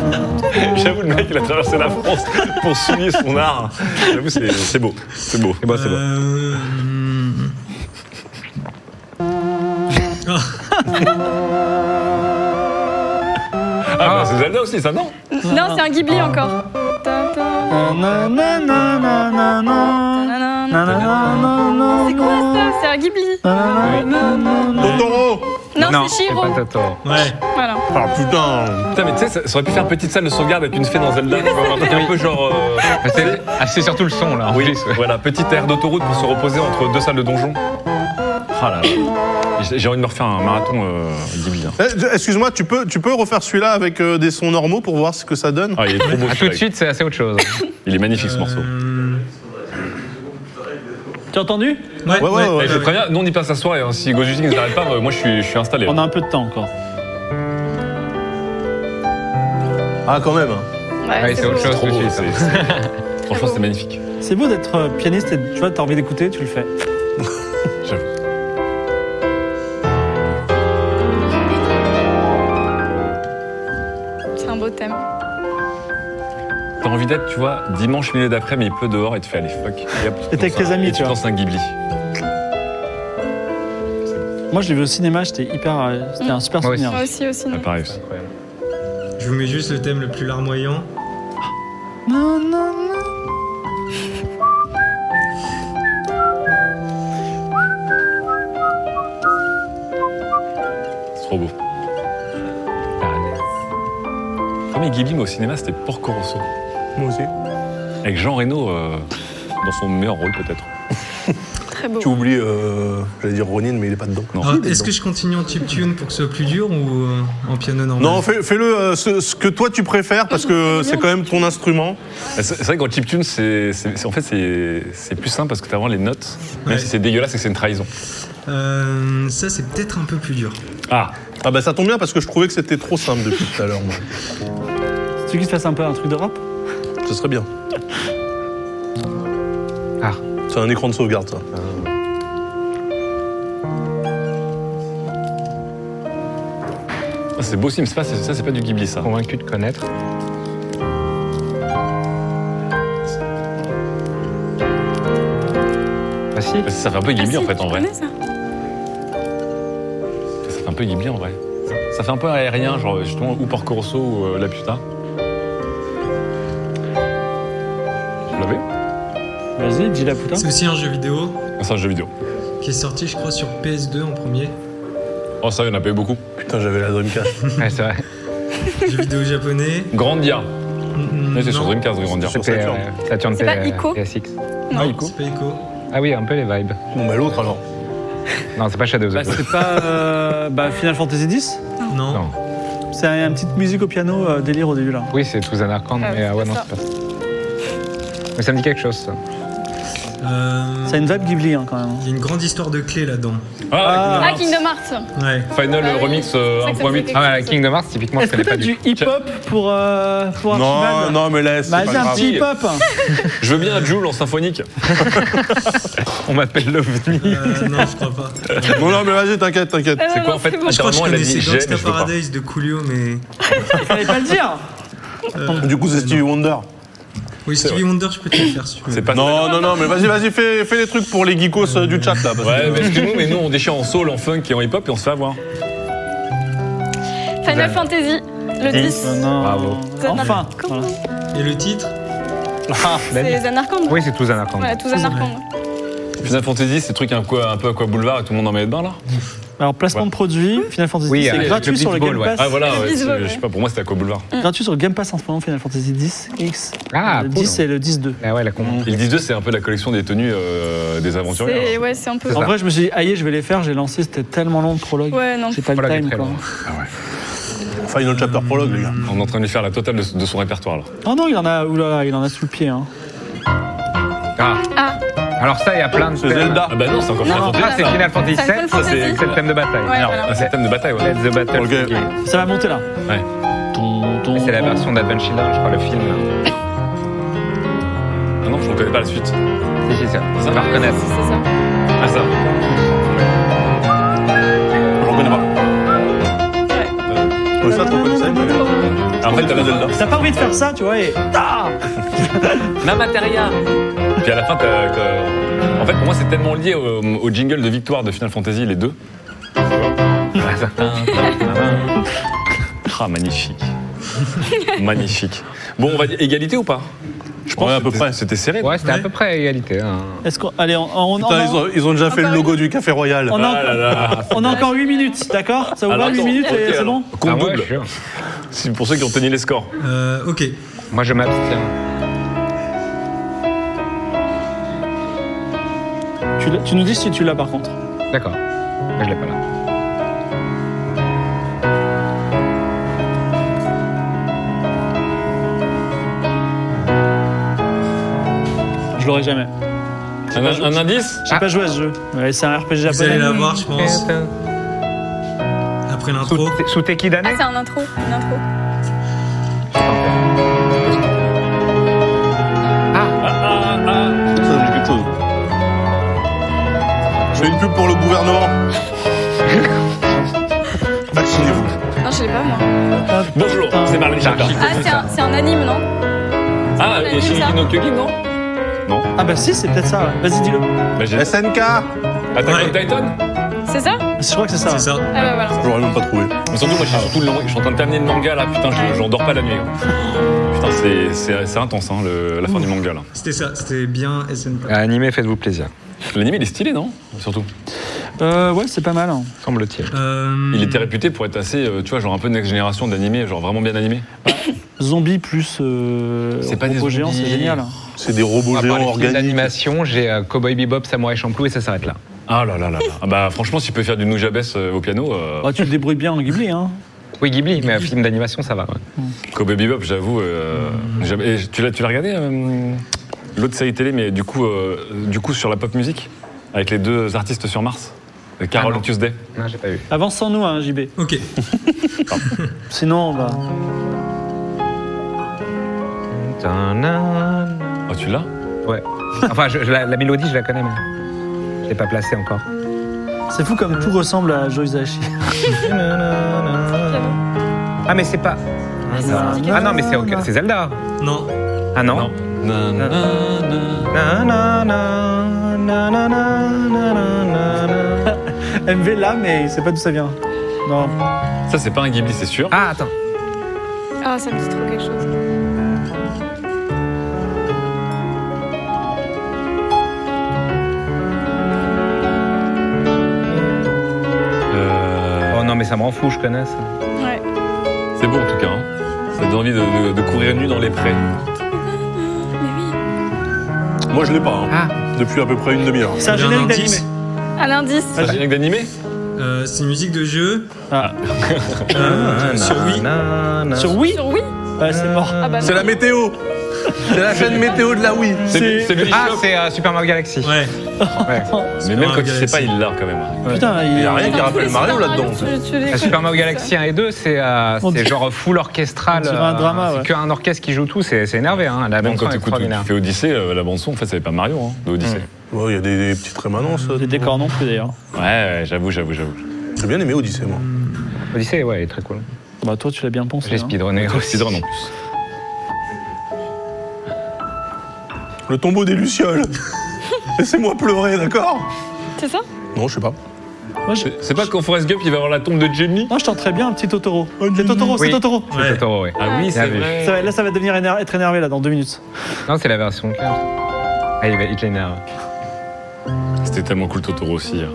Speaker 5: J'avoue, le mec, il a traversé la France pour souligner son art. J'avoue, c'est c'est beau. C'est beau. Eh ben, C'est beau, c'est beau.
Speaker 7: Euh, hmm. Ah,
Speaker 5: Ah, bah, c'est Zelda aussi, ça, non
Speaker 4: Non, c'est un Ghibli encore. Ta- ta- nanana. C'est quoi ça C'est un Ghibli
Speaker 2: Totoro
Speaker 4: Non, c'est
Speaker 3: c'est
Speaker 4: Shiro.
Speaker 3: pas Totoro.
Speaker 7: ouais.
Speaker 4: Voilà.
Speaker 2: Ah putain
Speaker 5: Putain, mais tu sais, ça, ça aurait pu faire petite salle de sauvegarde avec une fée dans Zelda. tu vois, Un truc un peu genre. euh,
Speaker 3: Ah, C'est ah, c'est surtout le son là. en
Speaker 5: oui,
Speaker 3: plus, ouais.
Speaker 5: voilà, petite aire d'autoroute pour se reposer entre deux salles de donjon. Ah là là. J'ai j'ai envie de me refaire un marathon euh, Ghibli. hein.
Speaker 2: Eh, Excuse-moi, tu peux, tu peux refaire celui-là avec euh, des sons normaux pour voir ce que ça donne
Speaker 5: Ah, il est trop beau.
Speaker 3: Ah,
Speaker 5: ce
Speaker 3: tout de
Speaker 5: mec. Euh,
Speaker 3: suite, c'est assez autre chose.
Speaker 5: Il est magnifique ce morceau.
Speaker 7: Euh,
Speaker 1: T'as entendu
Speaker 5: Ouais, ouais, ouais. Et je préviens, nous on y passe la soirée. hein. Si Gojuji ne s'arrête pas, euh, moi je suis, je suis installé.
Speaker 1: On a
Speaker 5: hein.
Speaker 1: un peu de temps encore.
Speaker 2: Ah, quand même.
Speaker 4: Ouais,
Speaker 3: Ouais, c'est autre
Speaker 4: beau.
Speaker 3: chose
Speaker 5: Trop
Speaker 3: que
Speaker 5: beau,
Speaker 3: tu dis, ça.
Speaker 5: c'est- c'est- Franchement, c'est magnifique.
Speaker 1: C'est beau d'être euh, pianiste et tu vois, t'as envie d'écouter, tu le fais.
Speaker 4: C'est un beau thème.
Speaker 5: T'as envie d'être, tu vois, dimanche milieu d'après, mais il pleut dehors et tu fais allez fuck. Et hop, tu
Speaker 1: Et t'es avec
Speaker 5: lances
Speaker 1: tes
Speaker 5: un-
Speaker 1: amis,
Speaker 5: et
Speaker 1: tu
Speaker 5: tu
Speaker 1: vois.
Speaker 5: lances un Ghibli.
Speaker 1: Moi, je l'ai vu au cinéma, j'étais hyper. euh, C'était un super
Speaker 3: Moi aussi.
Speaker 1: souvenir.
Speaker 4: Moi aussi, aussi.
Speaker 5: Ah,
Speaker 4: non.
Speaker 5: pareil aussi.
Speaker 7: Je vous mets juste le thème le plus larmoyant.
Speaker 5: Oh,
Speaker 1: Non, non, non.
Speaker 5: C'est trop beau.
Speaker 3: Ah,
Speaker 5: Premier Ghibli, moi au cinéma, c'était Porco Rosso.
Speaker 2: Moi aussi.
Speaker 5: Avec Jean Reno euh, dans son meilleur rôle, peut-être. Bah,
Speaker 4: Très beau.
Speaker 2: Tu oublies, euh, j'allais dire Ronin, mais il est pas dedans.
Speaker 5: Non.
Speaker 7: Ah,
Speaker 2: Il est
Speaker 7: Est-ce
Speaker 2: dedans.
Speaker 7: que je continue en chip tune pour que ce soit plus dur ou euh, en piano normal
Speaker 2: Non, fais- fais-le euh, ce, ce que toi tu préfères parce que c'est quand même ton instrument.
Speaker 5: C'est c'est vrai qu'en chiptune, c'est, c'est- c'est- en fait, c'est, c'est plus simple parce que t'as vraiment les notes. Même
Speaker 7: Ouais.
Speaker 5: si c'est dégueulasse, c'est que c'est une trahison.
Speaker 7: Euh, ça, c'est peut-être un peu plus dur.
Speaker 5: Ah,
Speaker 2: Ah bah ça tombe bien parce que je trouvais que c'était trop simple depuis tout à l'heure. moi.
Speaker 1: Tu veux qu'il te fasse un peu un truc de rap
Speaker 2: Ce serait bien.
Speaker 3: Ah.
Speaker 2: C'est un écran de sauvegarde ça.
Speaker 5: ça, c'est beau Sim, c'est pas- c'est- ça, c'est pas du Ghibli, ça.
Speaker 3: Convaincu de connaître. Ah si.
Speaker 5: Parce que Ça fait un peu
Speaker 4: Ah,
Speaker 5: Ghibli,
Speaker 4: si,
Speaker 5: en fait,
Speaker 4: tu
Speaker 5: en vrai.
Speaker 4: connais ça
Speaker 5: Ça fait un peu Ghibli, en vrai. Ça fait un peu aérien, genre, justement, ou Porco Rosso ou euh, La Puta. Vous l'avez
Speaker 1: Vas-y, dis la putain.
Speaker 7: C'est aussi un jeu vidéo
Speaker 5: Ah, C'est un jeu vidéo.
Speaker 7: qui est sorti, je crois, sur PS2 en premier.
Speaker 5: Oh, ça, il y en a pas eu beaucoup.
Speaker 2: Putain, j'avais la Dreamcast.
Speaker 3: Ouais, c'est vrai.
Speaker 7: jeu vidéo japonais.
Speaker 5: Grandia.
Speaker 7: Mm,
Speaker 5: Ouais, c'est sur
Speaker 7: non.
Speaker 5: Dreamcast, Grandia.
Speaker 2: Sur
Speaker 3: C'était,
Speaker 2: Saturn.
Speaker 3: euh, Saturn
Speaker 4: C'est
Speaker 3: P-
Speaker 4: pas Ico
Speaker 3: PSX.
Speaker 7: Non,
Speaker 5: Ah, Ico.
Speaker 7: c'est pas Ico.
Speaker 3: Ah oui, un peu les vibes.
Speaker 2: Bon bah l'autre alors.
Speaker 3: Non, c'est pas Shadows
Speaker 1: Bah,
Speaker 3: of the
Speaker 1: c'est pas euh, bah, Final Fantasy X
Speaker 7: Non.
Speaker 3: Non.
Speaker 1: C'est un- une petite musique au piano euh, délire au début là.
Speaker 3: Oui, c'est tous Arcand,
Speaker 4: Ah,
Speaker 3: mais ah ouais,
Speaker 4: c'est
Speaker 3: non,
Speaker 4: ça.
Speaker 3: c'est pas ça. Mais ça me dit quelque chose, ça.
Speaker 7: Euh,
Speaker 1: C'est une vibe Ghibli hein, quand même.
Speaker 7: Il y a une grande histoire de clé là-dedans.
Speaker 5: Ah,
Speaker 4: Ah, Kingdom Hearts
Speaker 7: Ouais.
Speaker 5: Final
Speaker 4: Ah oui.
Speaker 5: Remix euh,
Speaker 4: C'est vrai que ça me dit
Speaker 5: 1.8.
Speaker 4: quelque
Speaker 3: Ah, ouais,
Speaker 4: chose.
Speaker 3: Kingdom Hearts, typiquement, je
Speaker 1: Est-ce que
Speaker 3: connais
Speaker 1: t'as
Speaker 3: pas du
Speaker 1: du
Speaker 3: tout.
Speaker 1: hip-hop pour, euh, pour
Speaker 2: Non,
Speaker 1: Archibald
Speaker 2: non mais laisse,
Speaker 1: Bah,
Speaker 2: c'est pas
Speaker 1: Vas-y, un
Speaker 2: grave.
Speaker 1: petit hip-hop
Speaker 5: Je veux bien un Joule en symphonique.
Speaker 3: On m'appelle l'OVNI.
Speaker 7: Euh, non, je crois pas.
Speaker 2: Non, non mais vas-y, t'inquiète, t'inquiète.
Speaker 4: Eh, Ah,
Speaker 5: C'est quoi, en fait, Ah,
Speaker 7: Je crois que je
Speaker 5: Intérieurement, elle a dit
Speaker 7: connaissais
Speaker 5: j'ai, mais
Speaker 7: Gangsta
Speaker 5: je peux pas.
Speaker 7: Paradise de Coolio, mais.
Speaker 1: Fallait pas le dire
Speaker 7: euh,
Speaker 2: Du coup, c'est Stevie Wonder.
Speaker 7: oui, Stevie Wonder, je peux te le faire si tu veux.
Speaker 5: C'est pas
Speaker 2: Non, non, non, mais vas-y, vas-y, fais, fais les trucs pour les geekos euh, du chat là. parce
Speaker 5: Ouais,
Speaker 2: que-
Speaker 5: mais excuse-nous, mais nous on déchire en soul, en funk et en hip-hop et on se fait avoir.
Speaker 4: Final Fantasy, le 10.
Speaker 1: Non, non.
Speaker 3: Bravo.
Speaker 1: Enfin voilà.
Speaker 7: Et le titre
Speaker 4: C'est les anarchondes
Speaker 3: Oui, c'est tous Arcand.
Speaker 4: Voilà, tous anarchondes.
Speaker 5: Final Fantasy, c'est truc un, quoi- un peu à quoi boulevard et tout le monde en met le bain là
Speaker 1: Alors, placement de produit, Final Fantasy
Speaker 3: Oui,
Speaker 1: X,
Speaker 3: avec
Speaker 1: c'est
Speaker 3: le
Speaker 1: gratuit sur le
Speaker 3: Blitzball,
Speaker 1: Game
Speaker 3: ouais.
Speaker 1: Pass.
Speaker 5: Ah voilà,
Speaker 4: Le
Speaker 5: ouais,
Speaker 4: visual,
Speaker 5: c'est- je sais pas, pour moi c'était à quoi boulevard.
Speaker 1: Gratuit sur le Game Pass en ce moment, Final Fantasy X. X.
Speaker 3: Ah,
Speaker 1: le
Speaker 3: cool.
Speaker 1: 10 et le 10-2.
Speaker 3: Ah ouais, la con.
Speaker 5: Ils disent deux, c'est un peu la collection des tenues euh, des aventuriers.
Speaker 4: Mm. C'est ouais, c'est un peu.
Speaker 1: En vrai, je me suis dit, aïe, je vais les faire, j'ai lancé, c'était tellement long le prologue.
Speaker 4: Ouais, non.
Speaker 1: J'ai pas le
Speaker 3: Prologue est
Speaker 1: time
Speaker 3: Oh très
Speaker 1: quoi.
Speaker 3: long.
Speaker 2: Final chapter prologue, les gars.
Speaker 5: On est en train de lui faire la totale de, de son répertoire là.
Speaker 1: Oh non, il en a, oulala, il en a sous le pied. Hein.
Speaker 3: Ah.
Speaker 4: Ah.
Speaker 3: Alors ça, il y a plein de
Speaker 2: C'est
Speaker 3: thèmes.
Speaker 2: Zelda.
Speaker 5: Ah bah non, c'est encore Final
Speaker 4: Non.
Speaker 5: Fantasy.
Speaker 3: Ah, c'est Final Fantasy
Speaker 4: C'est Final
Speaker 3: VII, ça, c'est
Speaker 4: Fantasy.
Speaker 3: c'est le thème de bataille.
Speaker 4: Ouais,
Speaker 3: Alors,
Speaker 4: voilà.
Speaker 5: Ah, c'est le thème de bataille, ouais.
Speaker 3: Let the battle
Speaker 2: Ok.
Speaker 3: begin.
Speaker 1: Ça va monter là.
Speaker 5: Ouais.
Speaker 1: Ton, ton,
Speaker 3: C'est la version d'Adventure Children, je crois, le film. là.
Speaker 5: Ah non, je reconnais pas la suite.
Speaker 3: Si, si, ça. On va
Speaker 4: C'est
Speaker 3: reconnaître.
Speaker 4: ça.
Speaker 5: Ah ça.
Speaker 2: Je reconnais pas. Le chat reconnaît ça, il dit.
Speaker 5: En fait, t'as la Zelda.
Speaker 1: T'as pas envie de faire ça, tu vois, et. Ah
Speaker 5: Puis à la fin, t'as. t'as- En fait, pour moi, c'est tellement lié au, au jingle de victoire de Final Fantasy, les deux. Ah, magnifique. magnifique. Bon, on va dire égalité ou pas Je pense
Speaker 2: Ouais, à
Speaker 5: que
Speaker 2: peu
Speaker 5: c'était-
Speaker 2: près.
Speaker 5: C'était serré.
Speaker 3: Ouais, c'était à
Speaker 7: Ouais.
Speaker 3: peu près à égalité. hein.
Speaker 1: Est-ce qu'on. Allez, on, on, on,
Speaker 2: Putain, ils
Speaker 1: on,
Speaker 2: ont, ils ont déjà fait le logo du Café Royal.
Speaker 1: on
Speaker 5: Ah là
Speaker 1: a,
Speaker 5: là.
Speaker 1: on a encore 8 minutes, d'accord Ça vous
Speaker 5: Alors,
Speaker 1: va 8
Speaker 5: attends,
Speaker 1: minutes
Speaker 5: ok,
Speaker 1: et c'est
Speaker 5: alors,
Speaker 1: bon
Speaker 5: Compte
Speaker 3: Ah ouais,
Speaker 5: double.
Speaker 3: je suis sûr.
Speaker 5: C'est pour ceux qui ont tenu les scores.
Speaker 7: Euh, Ok.
Speaker 3: Moi, je m'abstiens.
Speaker 1: tu, l'as- tu nous dis si tu l'as par contre.
Speaker 3: D'accord. Mais je l'ai pas là.
Speaker 1: Je l'aurai jamais.
Speaker 5: Si,
Speaker 1: J'ai
Speaker 5: Un,
Speaker 1: pas joué-
Speaker 5: un indice
Speaker 3: Ah.
Speaker 1: J'ai pas joué à ce jeu. Ouais, c'est un RPG
Speaker 7: Vous allez
Speaker 1: japonais.
Speaker 7: la voir, je pense, après l'intro.
Speaker 3: Sous- Sous Teki
Speaker 4: Ah,
Speaker 3: d'année
Speaker 4: c'est un intro, une intro.
Speaker 5: Ah, ah, ah.
Speaker 8: Ça donne quelque chose. Je fais une pub pour le gouvernement. Vaccinez-vous.
Speaker 4: Non, je l'ai pas moi.
Speaker 5: Bonjour, c'est Marlène Schiappa.
Speaker 4: Ah, c'est un, c'est un anime, non
Speaker 5: Ah,
Speaker 4: c'est
Speaker 5: et
Speaker 4: ça.
Speaker 5: Shingeki no Kyojin, non
Speaker 1: Ah bah si, c'est peut-être ça. ouais. Vas-y, dis-le.
Speaker 5: Bah, j'ai-
Speaker 8: SNK
Speaker 5: Attack on Titan
Speaker 4: C'est ça
Speaker 1: Je crois que c'est ça.
Speaker 7: C'est ça.
Speaker 4: Ah bah voilà.
Speaker 8: J'aurais même pas trouvé.
Speaker 5: Mais surtout, moi, je suis, surtout le lang- je suis en train de terminer le manga là, putain, je- j'en dors pas la nuit. hein. Putain, c'est- c'est c'est intense, hein, le- la fin du manga là.
Speaker 7: C'était ça, c'était bien SNK.
Speaker 3: Animé, faites-vous plaisir,
Speaker 5: L'anime, il est stylé, non Surtout.
Speaker 1: Euh, ouais, c'est pas mal. hein.
Speaker 3: semble-t-il.
Speaker 7: Euh,
Speaker 5: Il était réputé pour être assez, euh, tu vois, genre un peu next génération d'animé, genre vraiment bien animé.
Speaker 1: Zombie plus euh,
Speaker 5: C'est pas des
Speaker 1: robot géant,
Speaker 5: zombies.
Speaker 1: c'est génial.
Speaker 8: C'est des robots
Speaker 3: À part
Speaker 8: géants
Speaker 3: Ah, les films
Speaker 8: organiques.
Speaker 3: d'animation, j'ai euh, Cowboy Bebop, Samurai Champloo et ça s'arrête là.
Speaker 5: Ah là là là là. Ah bah franchement, s'il peut faire du Nujabes euh, au piano, euh,
Speaker 1: Bah, tu te débrouilles bien en Ghibli, hein.
Speaker 3: Oui, Ghibli, mais euh, film d'animation, ça va. ouais.
Speaker 5: Kobe Bebop, j'avoue. euh, Nujabes- et tu l'as tu l'as regardé euh, l'autre série télé, mais du coup, euh, du coup sur la pop musique avec les deux artistes sur Mars, euh, Carol
Speaker 3: Ah non.
Speaker 5: et Tuesday.
Speaker 3: Non, j'ai pas vu.
Speaker 1: Avance sans nous, hein, JB.
Speaker 7: Ok.
Speaker 1: Sinon, on va.
Speaker 5: Oh, tu l'as
Speaker 3: Ouais. Enfin, je- je la, la mélodie, je la connais, mais je l'ai pas placée encore.
Speaker 1: C'est fou comme tout ressemble à Joizashi.
Speaker 3: Ah, mais c'est pas. Ah non, mais c'est ok, c'est Zelda.
Speaker 7: Non.
Speaker 3: Ah non.
Speaker 5: Non. Na, na, na,
Speaker 3: Na, na,
Speaker 5: na.
Speaker 3: na, na, na, na, na, na, na.
Speaker 1: MV là, mais il sait pas d'où ça vient. Non.
Speaker 5: Ça, c'est pas un Ghibli, c'est sûr.
Speaker 3: Ah attends.
Speaker 4: Ah, ça me dit trop quelque chose.
Speaker 5: Euh, Euh,
Speaker 3: Oh non, mais ça me rend fou, je connais ça.
Speaker 4: Ouais.
Speaker 5: c'est beau en tout cas. hein. Ça donne envie de, de- de courir nu dans les prés.
Speaker 4: Mais oui.
Speaker 8: Moi, je l'ai pas. hein.
Speaker 3: Ah.
Speaker 8: Depuis à peu près une demi-heure.
Speaker 1: C'est un
Speaker 7: J'ai un
Speaker 1: générique d'anime.
Speaker 7: indice.
Speaker 4: Un indice.
Speaker 5: Ça vient avec d'animé
Speaker 7: Euh, c'est une musique de jeu.
Speaker 1: Ah.
Speaker 7: Euh,
Speaker 5: Ah,
Speaker 7: sur
Speaker 3: Ah,
Speaker 7: Wii.
Speaker 3: Na, na.
Speaker 1: Sur Wii
Speaker 4: Sur oui
Speaker 1: Ouais, c'est mort.
Speaker 4: Ah bah non.
Speaker 8: Ah, C'est la météo. C'est la chaîne météo de la Wii.
Speaker 5: C'est c'est Billy
Speaker 3: Ah,
Speaker 5: Shop.
Speaker 3: c'est euh, Super Mario Galaxy.
Speaker 5: ah.
Speaker 7: Ouais.
Speaker 3: Ouais.
Speaker 5: Mais même quand
Speaker 7: Mario
Speaker 3: Ah,
Speaker 5: tu sais pas,
Speaker 7: Galaxy.
Speaker 5: il l'a quand même.
Speaker 1: Putain, il
Speaker 8: Il y a
Speaker 4: Attends,
Speaker 8: rien qui
Speaker 4: tous les
Speaker 8: rappelle
Speaker 4: Super
Speaker 8: Mario là-dedans.
Speaker 4: tu- tu les
Speaker 3: Ah, Super Mario
Speaker 4: connais,
Speaker 3: Galaxy 1 et 2, c'est euh,
Speaker 1: On
Speaker 3: c'est
Speaker 1: dirait-
Speaker 3: genre full orchestral. euh,
Speaker 1: on dirait un drama,
Speaker 3: c'est
Speaker 1: ouais.
Speaker 3: qu'un orchestre qui joue tout, c'est c'est énervé. Hein. La
Speaker 5: Même
Speaker 3: bande
Speaker 5: quand
Speaker 3: son est
Speaker 5: tu écoutes- tu
Speaker 3: extraordinaire.
Speaker 5: fais Odyssée, euh, la bande son, en fait, c'est pas Mario, hein, de Odyssée.
Speaker 8: Ouais, Il y a des, des petites rémanences.
Speaker 1: Des décors non plus d'ailleurs.
Speaker 3: Mm.
Speaker 5: Ouais, ouais, j'avoue, j'avoue, j'avoue.
Speaker 8: J'ai bien aimé Odyssée, moi.
Speaker 3: Odyssey, ouais, elle est très cool.
Speaker 1: Bah toi tu l'as bien poncé.
Speaker 3: J'ai
Speaker 1: hein.
Speaker 3: speedrunné aussi.
Speaker 5: C'est drôle en plus.
Speaker 8: Le tombeau des Lucioles. Laissez-moi pleurer, d'accord
Speaker 4: C'est ça
Speaker 8: Non, je sais pas.
Speaker 1: Moi, je...
Speaker 5: C'est pas quand Forrest Gump, il va voir la tombe de Jenny
Speaker 1: Non, je tenterais bien un petit Totoro. C'est Totoro,
Speaker 3: Oui.
Speaker 1: c'est Totoro.
Speaker 3: C'est
Speaker 7: Ouais.
Speaker 3: Totoro, ouais.
Speaker 5: Ah oui,
Speaker 3: Bien
Speaker 5: c'est
Speaker 3: vu.
Speaker 5: vrai.
Speaker 1: Ça va- là, ça va devenir éner- être énervé là dans deux minutes.
Speaker 3: Non, c'est la version 15. Ah, il va- il te l'énerve.
Speaker 5: C'était tellement cool Totoro aussi. hein.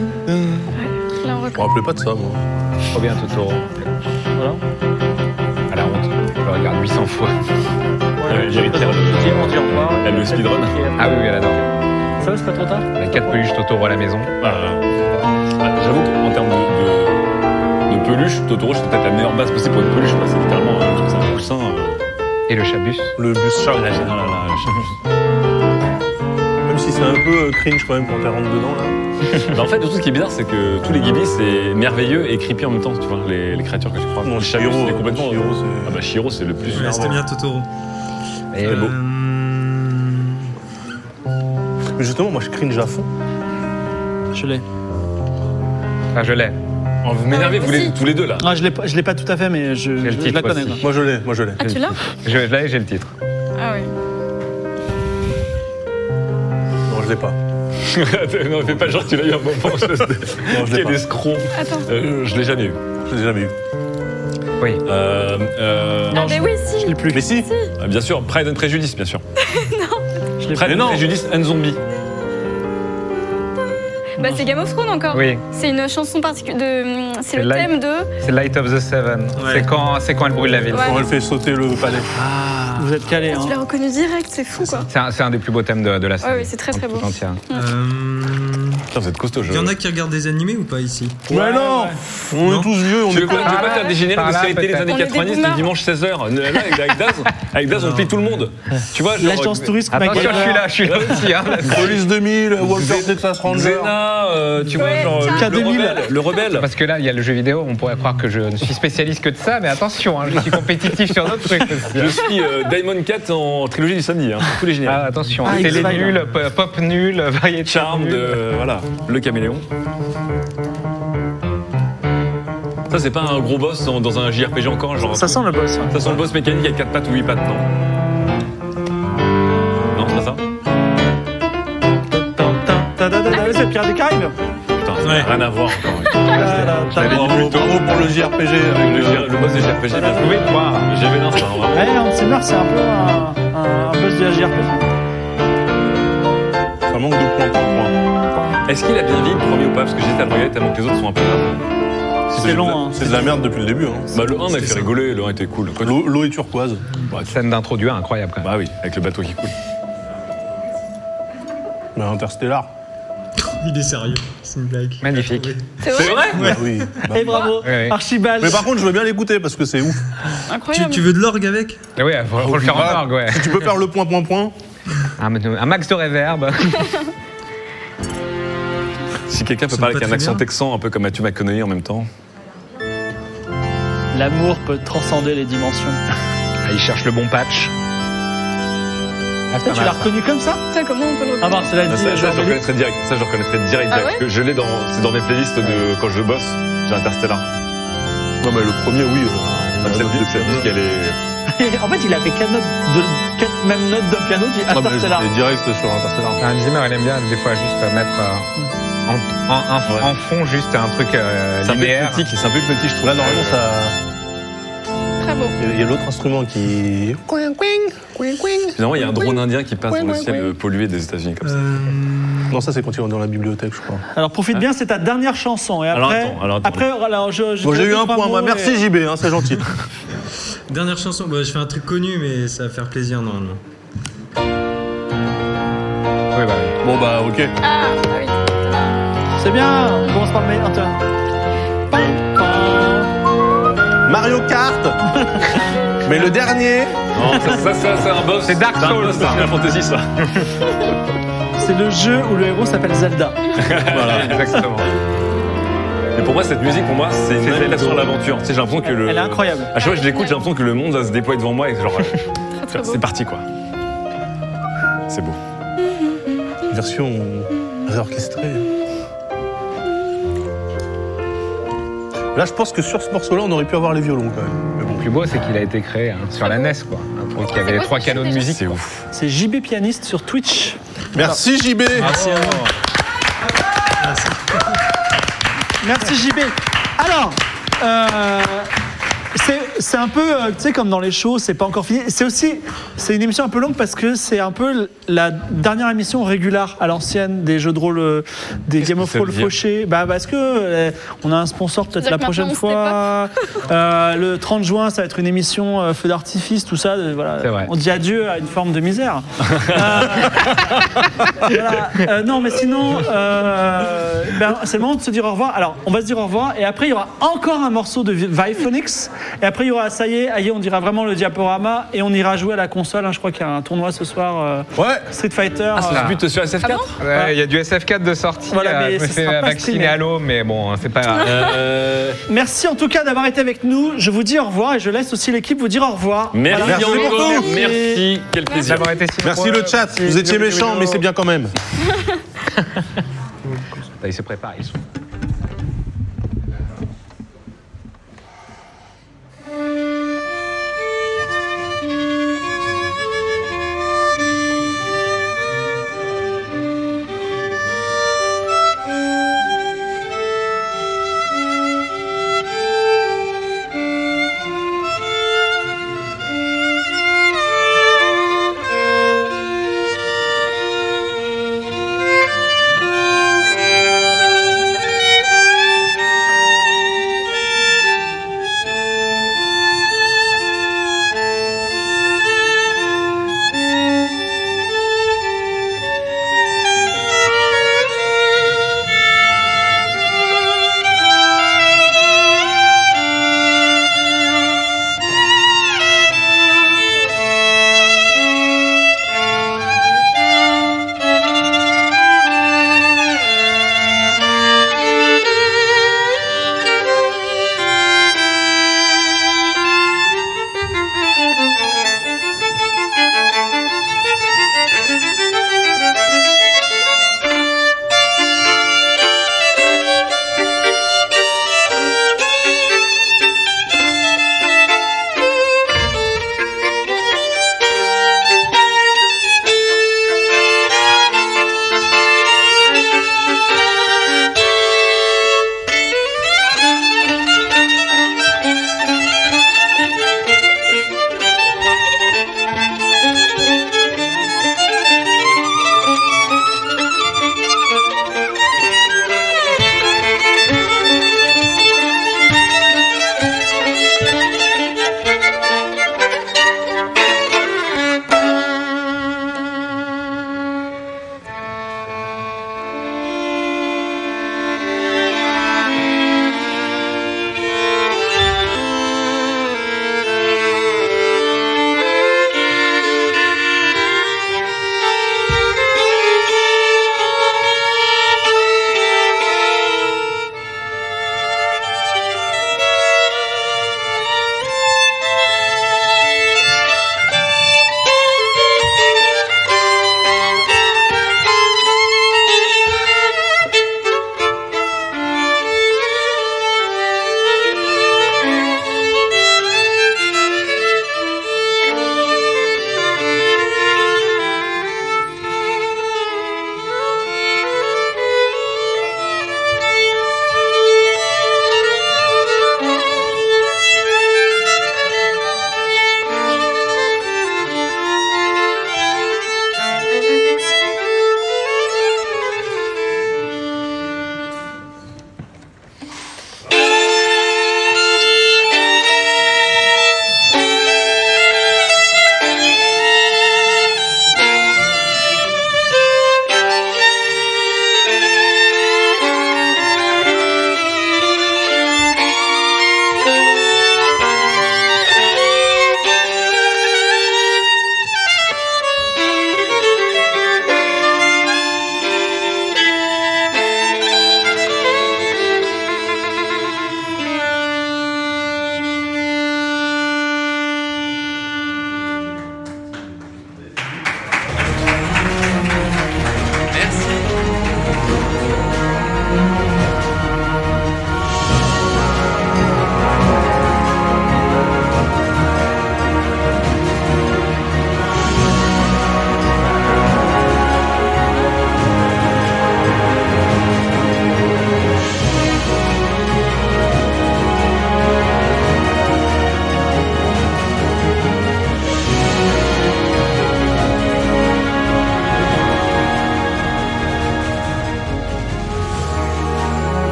Speaker 4: Là, on
Speaker 8: Je me
Speaker 4: reconnaît.
Speaker 8: rappelais pas de ça, moi.
Speaker 3: Trop bien, Totoro.
Speaker 1: Voilà.
Speaker 3: À la honte. Je le regarde 800 fois.
Speaker 5: Euh, Jerry Terrell. Elle le speedrun.
Speaker 3: Ah oui, oui, elle adore.
Speaker 1: Ça va, c'est pas trop tard
Speaker 3: La 4 peluches Totoro à la maison.
Speaker 5: Ah, ah, J'avoue qu'en termes de, de, de peluche, Totoro, c'est peut-être la meilleure base possible pour une peluche. quoi. C'est littéralement euh, je trouve ça un coussin. euh.
Speaker 3: Et le chabus.
Speaker 8: Le bus
Speaker 5: Ah
Speaker 8: Charles.
Speaker 5: là, j'ai- ah là là,
Speaker 8: Même si c'est un peu euh, cringe quand même quand t'es rentre dedans, là.
Speaker 5: j'ai- Bah, en fait, tout ce qui est bizarre, c'est que tous les Ghibli, c'est merveilleux et creepy en même temps, tu vois, les, les créatures que tu crois.
Speaker 8: Non,
Speaker 5: Chihiro,
Speaker 8: Chihiro,
Speaker 5: c'est complètement.
Speaker 8: Chihiro, c'est-
Speaker 5: Ah bah, Chihiro, c'est le plus.
Speaker 7: Ouais, c'était bien Totoro.
Speaker 3: Et
Speaker 5: beau.
Speaker 8: Mais justement, moi, je cringe à fond.
Speaker 1: Je l'ai.
Speaker 3: Ah, je l'ai.
Speaker 5: Oh, vous m'énervez, vous les- tous les deux là.
Speaker 1: Ah, je l'ai pas, je l'ai pas tout à fait, mais je,
Speaker 3: le
Speaker 1: je- je
Speaker 3: titre
Speaker 1: la connais.
Speaker 3: aussi.
Speaker 1: quoi.
Speaker 8: Moi, je l'ai, moi, je l'ai.
Speaker 4: Ah, tu l'as
Speaker 3: Je, je l'ai, j'ai le titre.
Speaker 4: Ah oui.
Speaker 8: Non, je l'ai pas.
Speaker 5: non, fais pas genre, tu l'as eu un moment.
Speaker 8: Non, je l'ai
Speaker 5: Quel
Speaker 8: pas.
Speaker 5: escroc.
Speaker 4: Attends.
Speaker 5: Euh, je l'ai jamais eu.
Speaker 8: Je l'ai jamais eu.
Speaker 3: Oui.
Speaker 5: Euh, euh,
Speaker 4: Ah, mais oui, si.
Speaker 1: Je l'ai plus.
Speaker 8: Mais si
Speaker 5: ah, bien sûr, Pride and Prejudice, bien sûr.
Speaker 1: Je l'ai
Speaker 5: Pride
Speaker 1: plus.
Speaker 5: and Prejudice and Zombie.
Speaker 4: Bah, c'est Game of Thrones encore.
Speaker 3: Oui.
Speaker 4: C'est une chanson particulière. C'est
Speaker 3: C'est
Speaker 4: le
Speaker 3: live.
Speaker 4: thème de.
Speaker 3: C'est Light of the Seven.
Speaker 7: Ouais.
Speaker 3: C'est quand, c'est quand elle brûle la ville.
Speaker 4: Ouais.
Speaker 8: Quand elle fait sauter le palais.
Speaker 1: Vous êtes calés. Hein.
Speaker 4: Tu l'as reconnu direct, c'est fou quoi.
Speaker 3: C'est un, c'est un des plus beaux thèmes de, de la série.
Speaker 4: oui, c'est très, très
Speaker 3: En tout
Speaker 4: beau.
Speaker 3: entière.
Speaker 7: Euh,
Speaker 5: Putain, vous êtes costaud, je.
Speaker 7: Il y en a qui regardent des animés ou pas ici
Speaker 8: Mais non On est tous vieux, on
Speaker 5: Tu
Speaker 8: est
Speaker 5: veux pas, tu veux
Speaker 8: pas-
Speaker 5: pas faire des génériques
Speaker 3: Par
Speaker 5: de
Speaker 3: là,
Speaker 5: séries télé des
Speaker 3: peut-être.
Speaker 5: années
Speaker 4: On est des
Speaker 5: 90 le
Speaker 4: boomers.
Speaker 5: dimanche 16h Là, avec- avec Daz, avec Daz, on plie tout le monde. Tu vois, genre. euh,
Speaker 1: L'agence touriste
Speaker 3: Attention, je suis
Speaker 1: MacGyver.
Speaker 3: là, je suis là aussi. hein.
Speaker 8: Police 2000, Walker Texas Ranger.
Speaker 5: Xena, euh, tu vois,
Speaker 4: Ouais,
Speaker 5: genre.
Speaker 4: tiens.
Speaker 5: Le
Speaker 1: K2000.
Speaker 5: rebelle. Le rebelle.
Speaker 3: Parce que là, il y a le jeu vidéo, on pourrait croire que je ne suis spécialiste que de ça, mais attention, hein, je suis compétitif sur d'autres trucs aussi. hein.
Speaker 5: Je suis euh, Diamond Cat en trilogie du samedi, hein, tous les
Speaker 3: Ah,
Speaker 5: génériques.
Speaker 3: attention,
Speaker 1: Ah,
Speaker 3: télé
Speaker 1: X-Files.
Speaker 3: nulle, pop- pop nul, variété
Speaker 5: Charme
Speaker 3: nulle.
Speaker 5: de. euh, voilà, le caméléon. Ça, c'est pas un gros boss dans, dans un JRPG encore, genre.
Speaker 1: Ça sent le boss. ouais.
Speaker 5: Ça sent le boss mécanique à 4 pattes ou 8 pattes, non Non, c'est pas ça
Speaker 1: Ah, C'est Pierre des Caraïbes.
Speaker 5: Putain, ça n'a
Speaker 7: Ouais.
Speaker 5: rien à voir encore.
Speaker 8: Bravo, bravo pour le JRPG avec
Speaker 5: Le,
Speaker 8: le.
Speaker 5: G- le boss des JRPG, bien trouvé. J'avais l'instinct, vraiment.
Speaker 1: Ouais, Antimer, c'est un peu un, un buzz de la JRPG.
Speaker 8: Ça manque de points par point.
Speaker 5: Est-ce qu'il a bien dit le premier ou pas Parce que j'étais à le regarder tellement que les autres sont un peu là.
Speaker 1: C'était long, hein.
Speaker 8: C'est de la merde depuis le début. hein.
Speaker 5: Bah, le 1 m'a fait rigoler, le 1 était cool. Quoi, tu-
Speaker 8: L'eau l'eau est turquoise.
Speaker 3: Scène d'intro du 1, incroyable quand même.
Speaker 5: Bah oui, avec le bateau qui coule.
Speaker 8: Mais Interstellar.
Speaker 7: Il est sérieux, c'est une blague.
Speaker 3: Magnifique.
Speaker 4: C'est vrai
Speaker 8: Bah oui. Bah
Speaker 1: Et bravo,
Speaker 3: Ouais, ouais.
Speaker 1: Archibald.
Speaker 8: Mais par contre, je veux bien l'écouter parce que c'est ouf.
Speaker 7: Tu,
Speaker 4: Incroyable.
Speaker 7: tu veux de l'orgue avec
Speaker 3: Ah Oui, faut, faut le faire en
Speaker 8: Voilà.
Speaker 3: orgue, ouais.
Speaker 8: Si tu peux faire le point, point, point.
Speaker 3: Un, un max de réverb.
Speaker 5: Si quelqu'un peut
Speaker 7: Ça
Speaker 5: parler
Speaker 7: me
Speaker 5: avec un
Speaker 7: fait
Speaker 5: accent
Speaker 7: bien.
Speaker 5: texan, un peu comme Mathieu McConaughey en même temps.
Speaker 1: L'amour peut transcender les dimensions.
Speaker 3: Ah, il cherche le bon patch. Ah, c'est
Speaker 1: Tu
Speaker 3: pas mal,
Speaker 1: l'as
Speaker 3: ça.
Speaker 1: reconnu comme ça
Speaker 4: Putain, comment on peut le
Speaker 1: Ah bah cela dit,
Speaker 5: Ah, ça, ça, je le
Speaker 1: Jean-Luc,
Speaker 5: reconnaîtrais direct. Ça, je le reconnaîtrais direct.
Speaker 4: Ah
Speaker 5: direct,
Speaker 4: ouais
Speaker 5: parce que je l'ai dans, c'est dans mes playlists de quand je bosse. J'ai Interstellar.
Speaker 8: Non, mais le premier, oui.
Speaker 5: Ah, C'est le c'est le disque, elle est.
Speaker 1: en fait, il a fait quatre, notes de, quatre mêmes notes de piano, dit Interstellar.
Speaker 8: Et direct sur Interstellar.
Speaker 3: Ah, Hans Zimmer, elle aime bien des fois juste mettre euh, en, en- en-
Speaker 5: Ouais.
Speaker 3: en fond juste un truc euh,
Speaker 5: C'est un peu
Speaker 3: linéaire.
Speaker 5: hypnotique, c'est un peu hypnotique, je trouve.
Speaker 8: Là, normalement, ça.
Speaker 4: Très beau.
Speaker 8: Il y a- il y a l'autre instrument qui.
Speaker 5: Finalement, il y a un drone indien qui passe dans le ciel euh, pollué des États-Unis comme ça.
Speaker 8: Non, ça, c'est quand ils vont dans la bibliothèque, je crois.
Speaker 1: Alors profite bien, c'est ta dernière chanson. Et
Speaker 5: Alors,
Speaker 1: après,
Speaker 5: attends, alors, attends.
Speaker 1: après, alors, je, je
Speaker 8: Bon,
Speaker 1: te
Speaker 8: j'ai eu
Speaker 1: dis
Speaker 8: un
Speaker 1: trois
Speaker 8: point,
Speaker 1: mots
Speaker 8: moi.
Speaker 1: et-
Speaker 8: Merci, JB, hein, c'est gentil.
Speaker 7: Dernière chanson, bah, je fais un truc connu, mais ça va faire plaisir normalement.
Speaker 3: Oui, bah, oui.
Speaker 8: Bon, bah, ok.
Speaker 4: Ah, bah oui.
Speaker 1: C'est bien. On commence par le meilleur. Antoine. Pam, pam.
Speaker 8: Mario Kart Mais le dernier
Speaker 5: Non, ça, ça, ça, c'est un boss.
Speaker 3: C'est Dark
Speaker 5: un
Speaker 3: Souls,
Speaker 5: boss de
Speaker 3: ça.
Speaker 5: Final Fantasy, ça.
Speaker 1: C'est le jeu où le héros s'appelle Zelda.
Speaker 3: voilà, exactement.
Speaker 5: Et pour moi, cette musique, pour moi, c'est une invitation à l'aventure. Tu sais, j'ai l'impression que le.
Speaker 1: Elle est incroyable.
Speaker 5: À chaque fois que je l'écoute, j'ai l'impression que le monde va se déployer devant moi et genre,
Speaker 4: Très, très beau.
Speaker 5: c'est parti quoi. C'est beau.
Speaker 8: Version réorchestrée. Là, je pense que sur ce morceau-là, on aurait pu avoir les violons quand même. Mais bon.
Speaker 3: Le plus beau, c'est qu'il a été créé hein, sur la NES, quoi. Un truc qui avait
Speaker 4: quoi
Speaker 3: les trois
Speaker 4: ce
Speaker 3: canaux de
Speaker 4: sujet
Speaker 3: musique.
Speaker 5: C'est ouf.
Speaker 1: C'est JB pianiste sur Twitch.
Speaker 8: Merci JB
Speaker 7: Merci à vous.
Speaker 1: Merci JB. Alors, euh, c'est c'est un peu, euh, tu sais, comme dans les shows, c'est pas encore fini. C'est aussi, c'est une émission un peu longue parce que c'est un peu la dernière émission régulière à l'ancienne des jeux de rôle, euh, des Game of
Speaker 5: ça veut
Speaker 1: Thrones
Speaker 5: dire
Speaker 1: fauchés. Bah parce que euh, on a un sponsor peut-être
Speaker 4: C'est-à-dire
Speaker 1: la
Speaker 4: que maintenant,
Speaker 1: prochaine
Speaker 4: on
Speaker 1: fois. Euh, le 30 juin, ça va être une émission euh, feu d'artifice, tout ça. euh,
Speaker 3: C'est
Speaker 1: voilà.
Speaker 3: vrai.
Speaker 1: On dit adieu à une forme de misère. Voilà. Euh, non, mais sinon, euh, ben, c'est le moment de se dire au revoir. Alors, on va se dire au revoir, et après, il y aura encore un morceau de Viphonix, et après, il y aura, ça y est, aïe, on dira vraiment le diaporama, et on ira jouer à la console. hein. je crois qu'il y a un tournoi ce soir, euh,
Speaker 8: Ouais
Speaker 1: Street Fighter.
Speaker 5: Ah, c'est
Speaker 1: euh,
Speaker 5: le but sur SF4
Speaker 4: Ah bon
Speaker 3: Ouais, Il y a du SF4 de sortie.
Speaker 1: Voilà,
Speaker 3: euh,
Speaker 1: mais
Speaker 3: je me
Speaker 1: ce
Speaker 3: fais
Speaker 1: sera pas
Speaker 3: vacciner
Speaker 1: streamé.
Speaker 3: à l'eau, mais bon, hein, c'est pas.
Speaker 5: Euh,
Speaker 1: Merci en tout cas d'avoir été avec nous. Je vous dis au revoir, et je laisse aussi l'équipe vous dire au revoir.
Speaker 5: Merci,
Speaker 1: Voilà.
Speaker 5: Yannick.
Speaker 8: pour tout.
Speaker 5: Merci, quel plaisir.
Speaker 3: D'avoir été si
Speaker 8: Merci
Speaker 3: nombreux.
Speaker 8: le chat,
Speaker 3: Merci
Speaker 8: vous étiez
Speaker 3: Dominique
Speaker 8: méchants, mais
Speaker 3: Bruno.
Speaker 8: c'est bien quand même.
Speaker 3: Attends, Ils se préparent, ils sont.
Speaker 4: Thank you.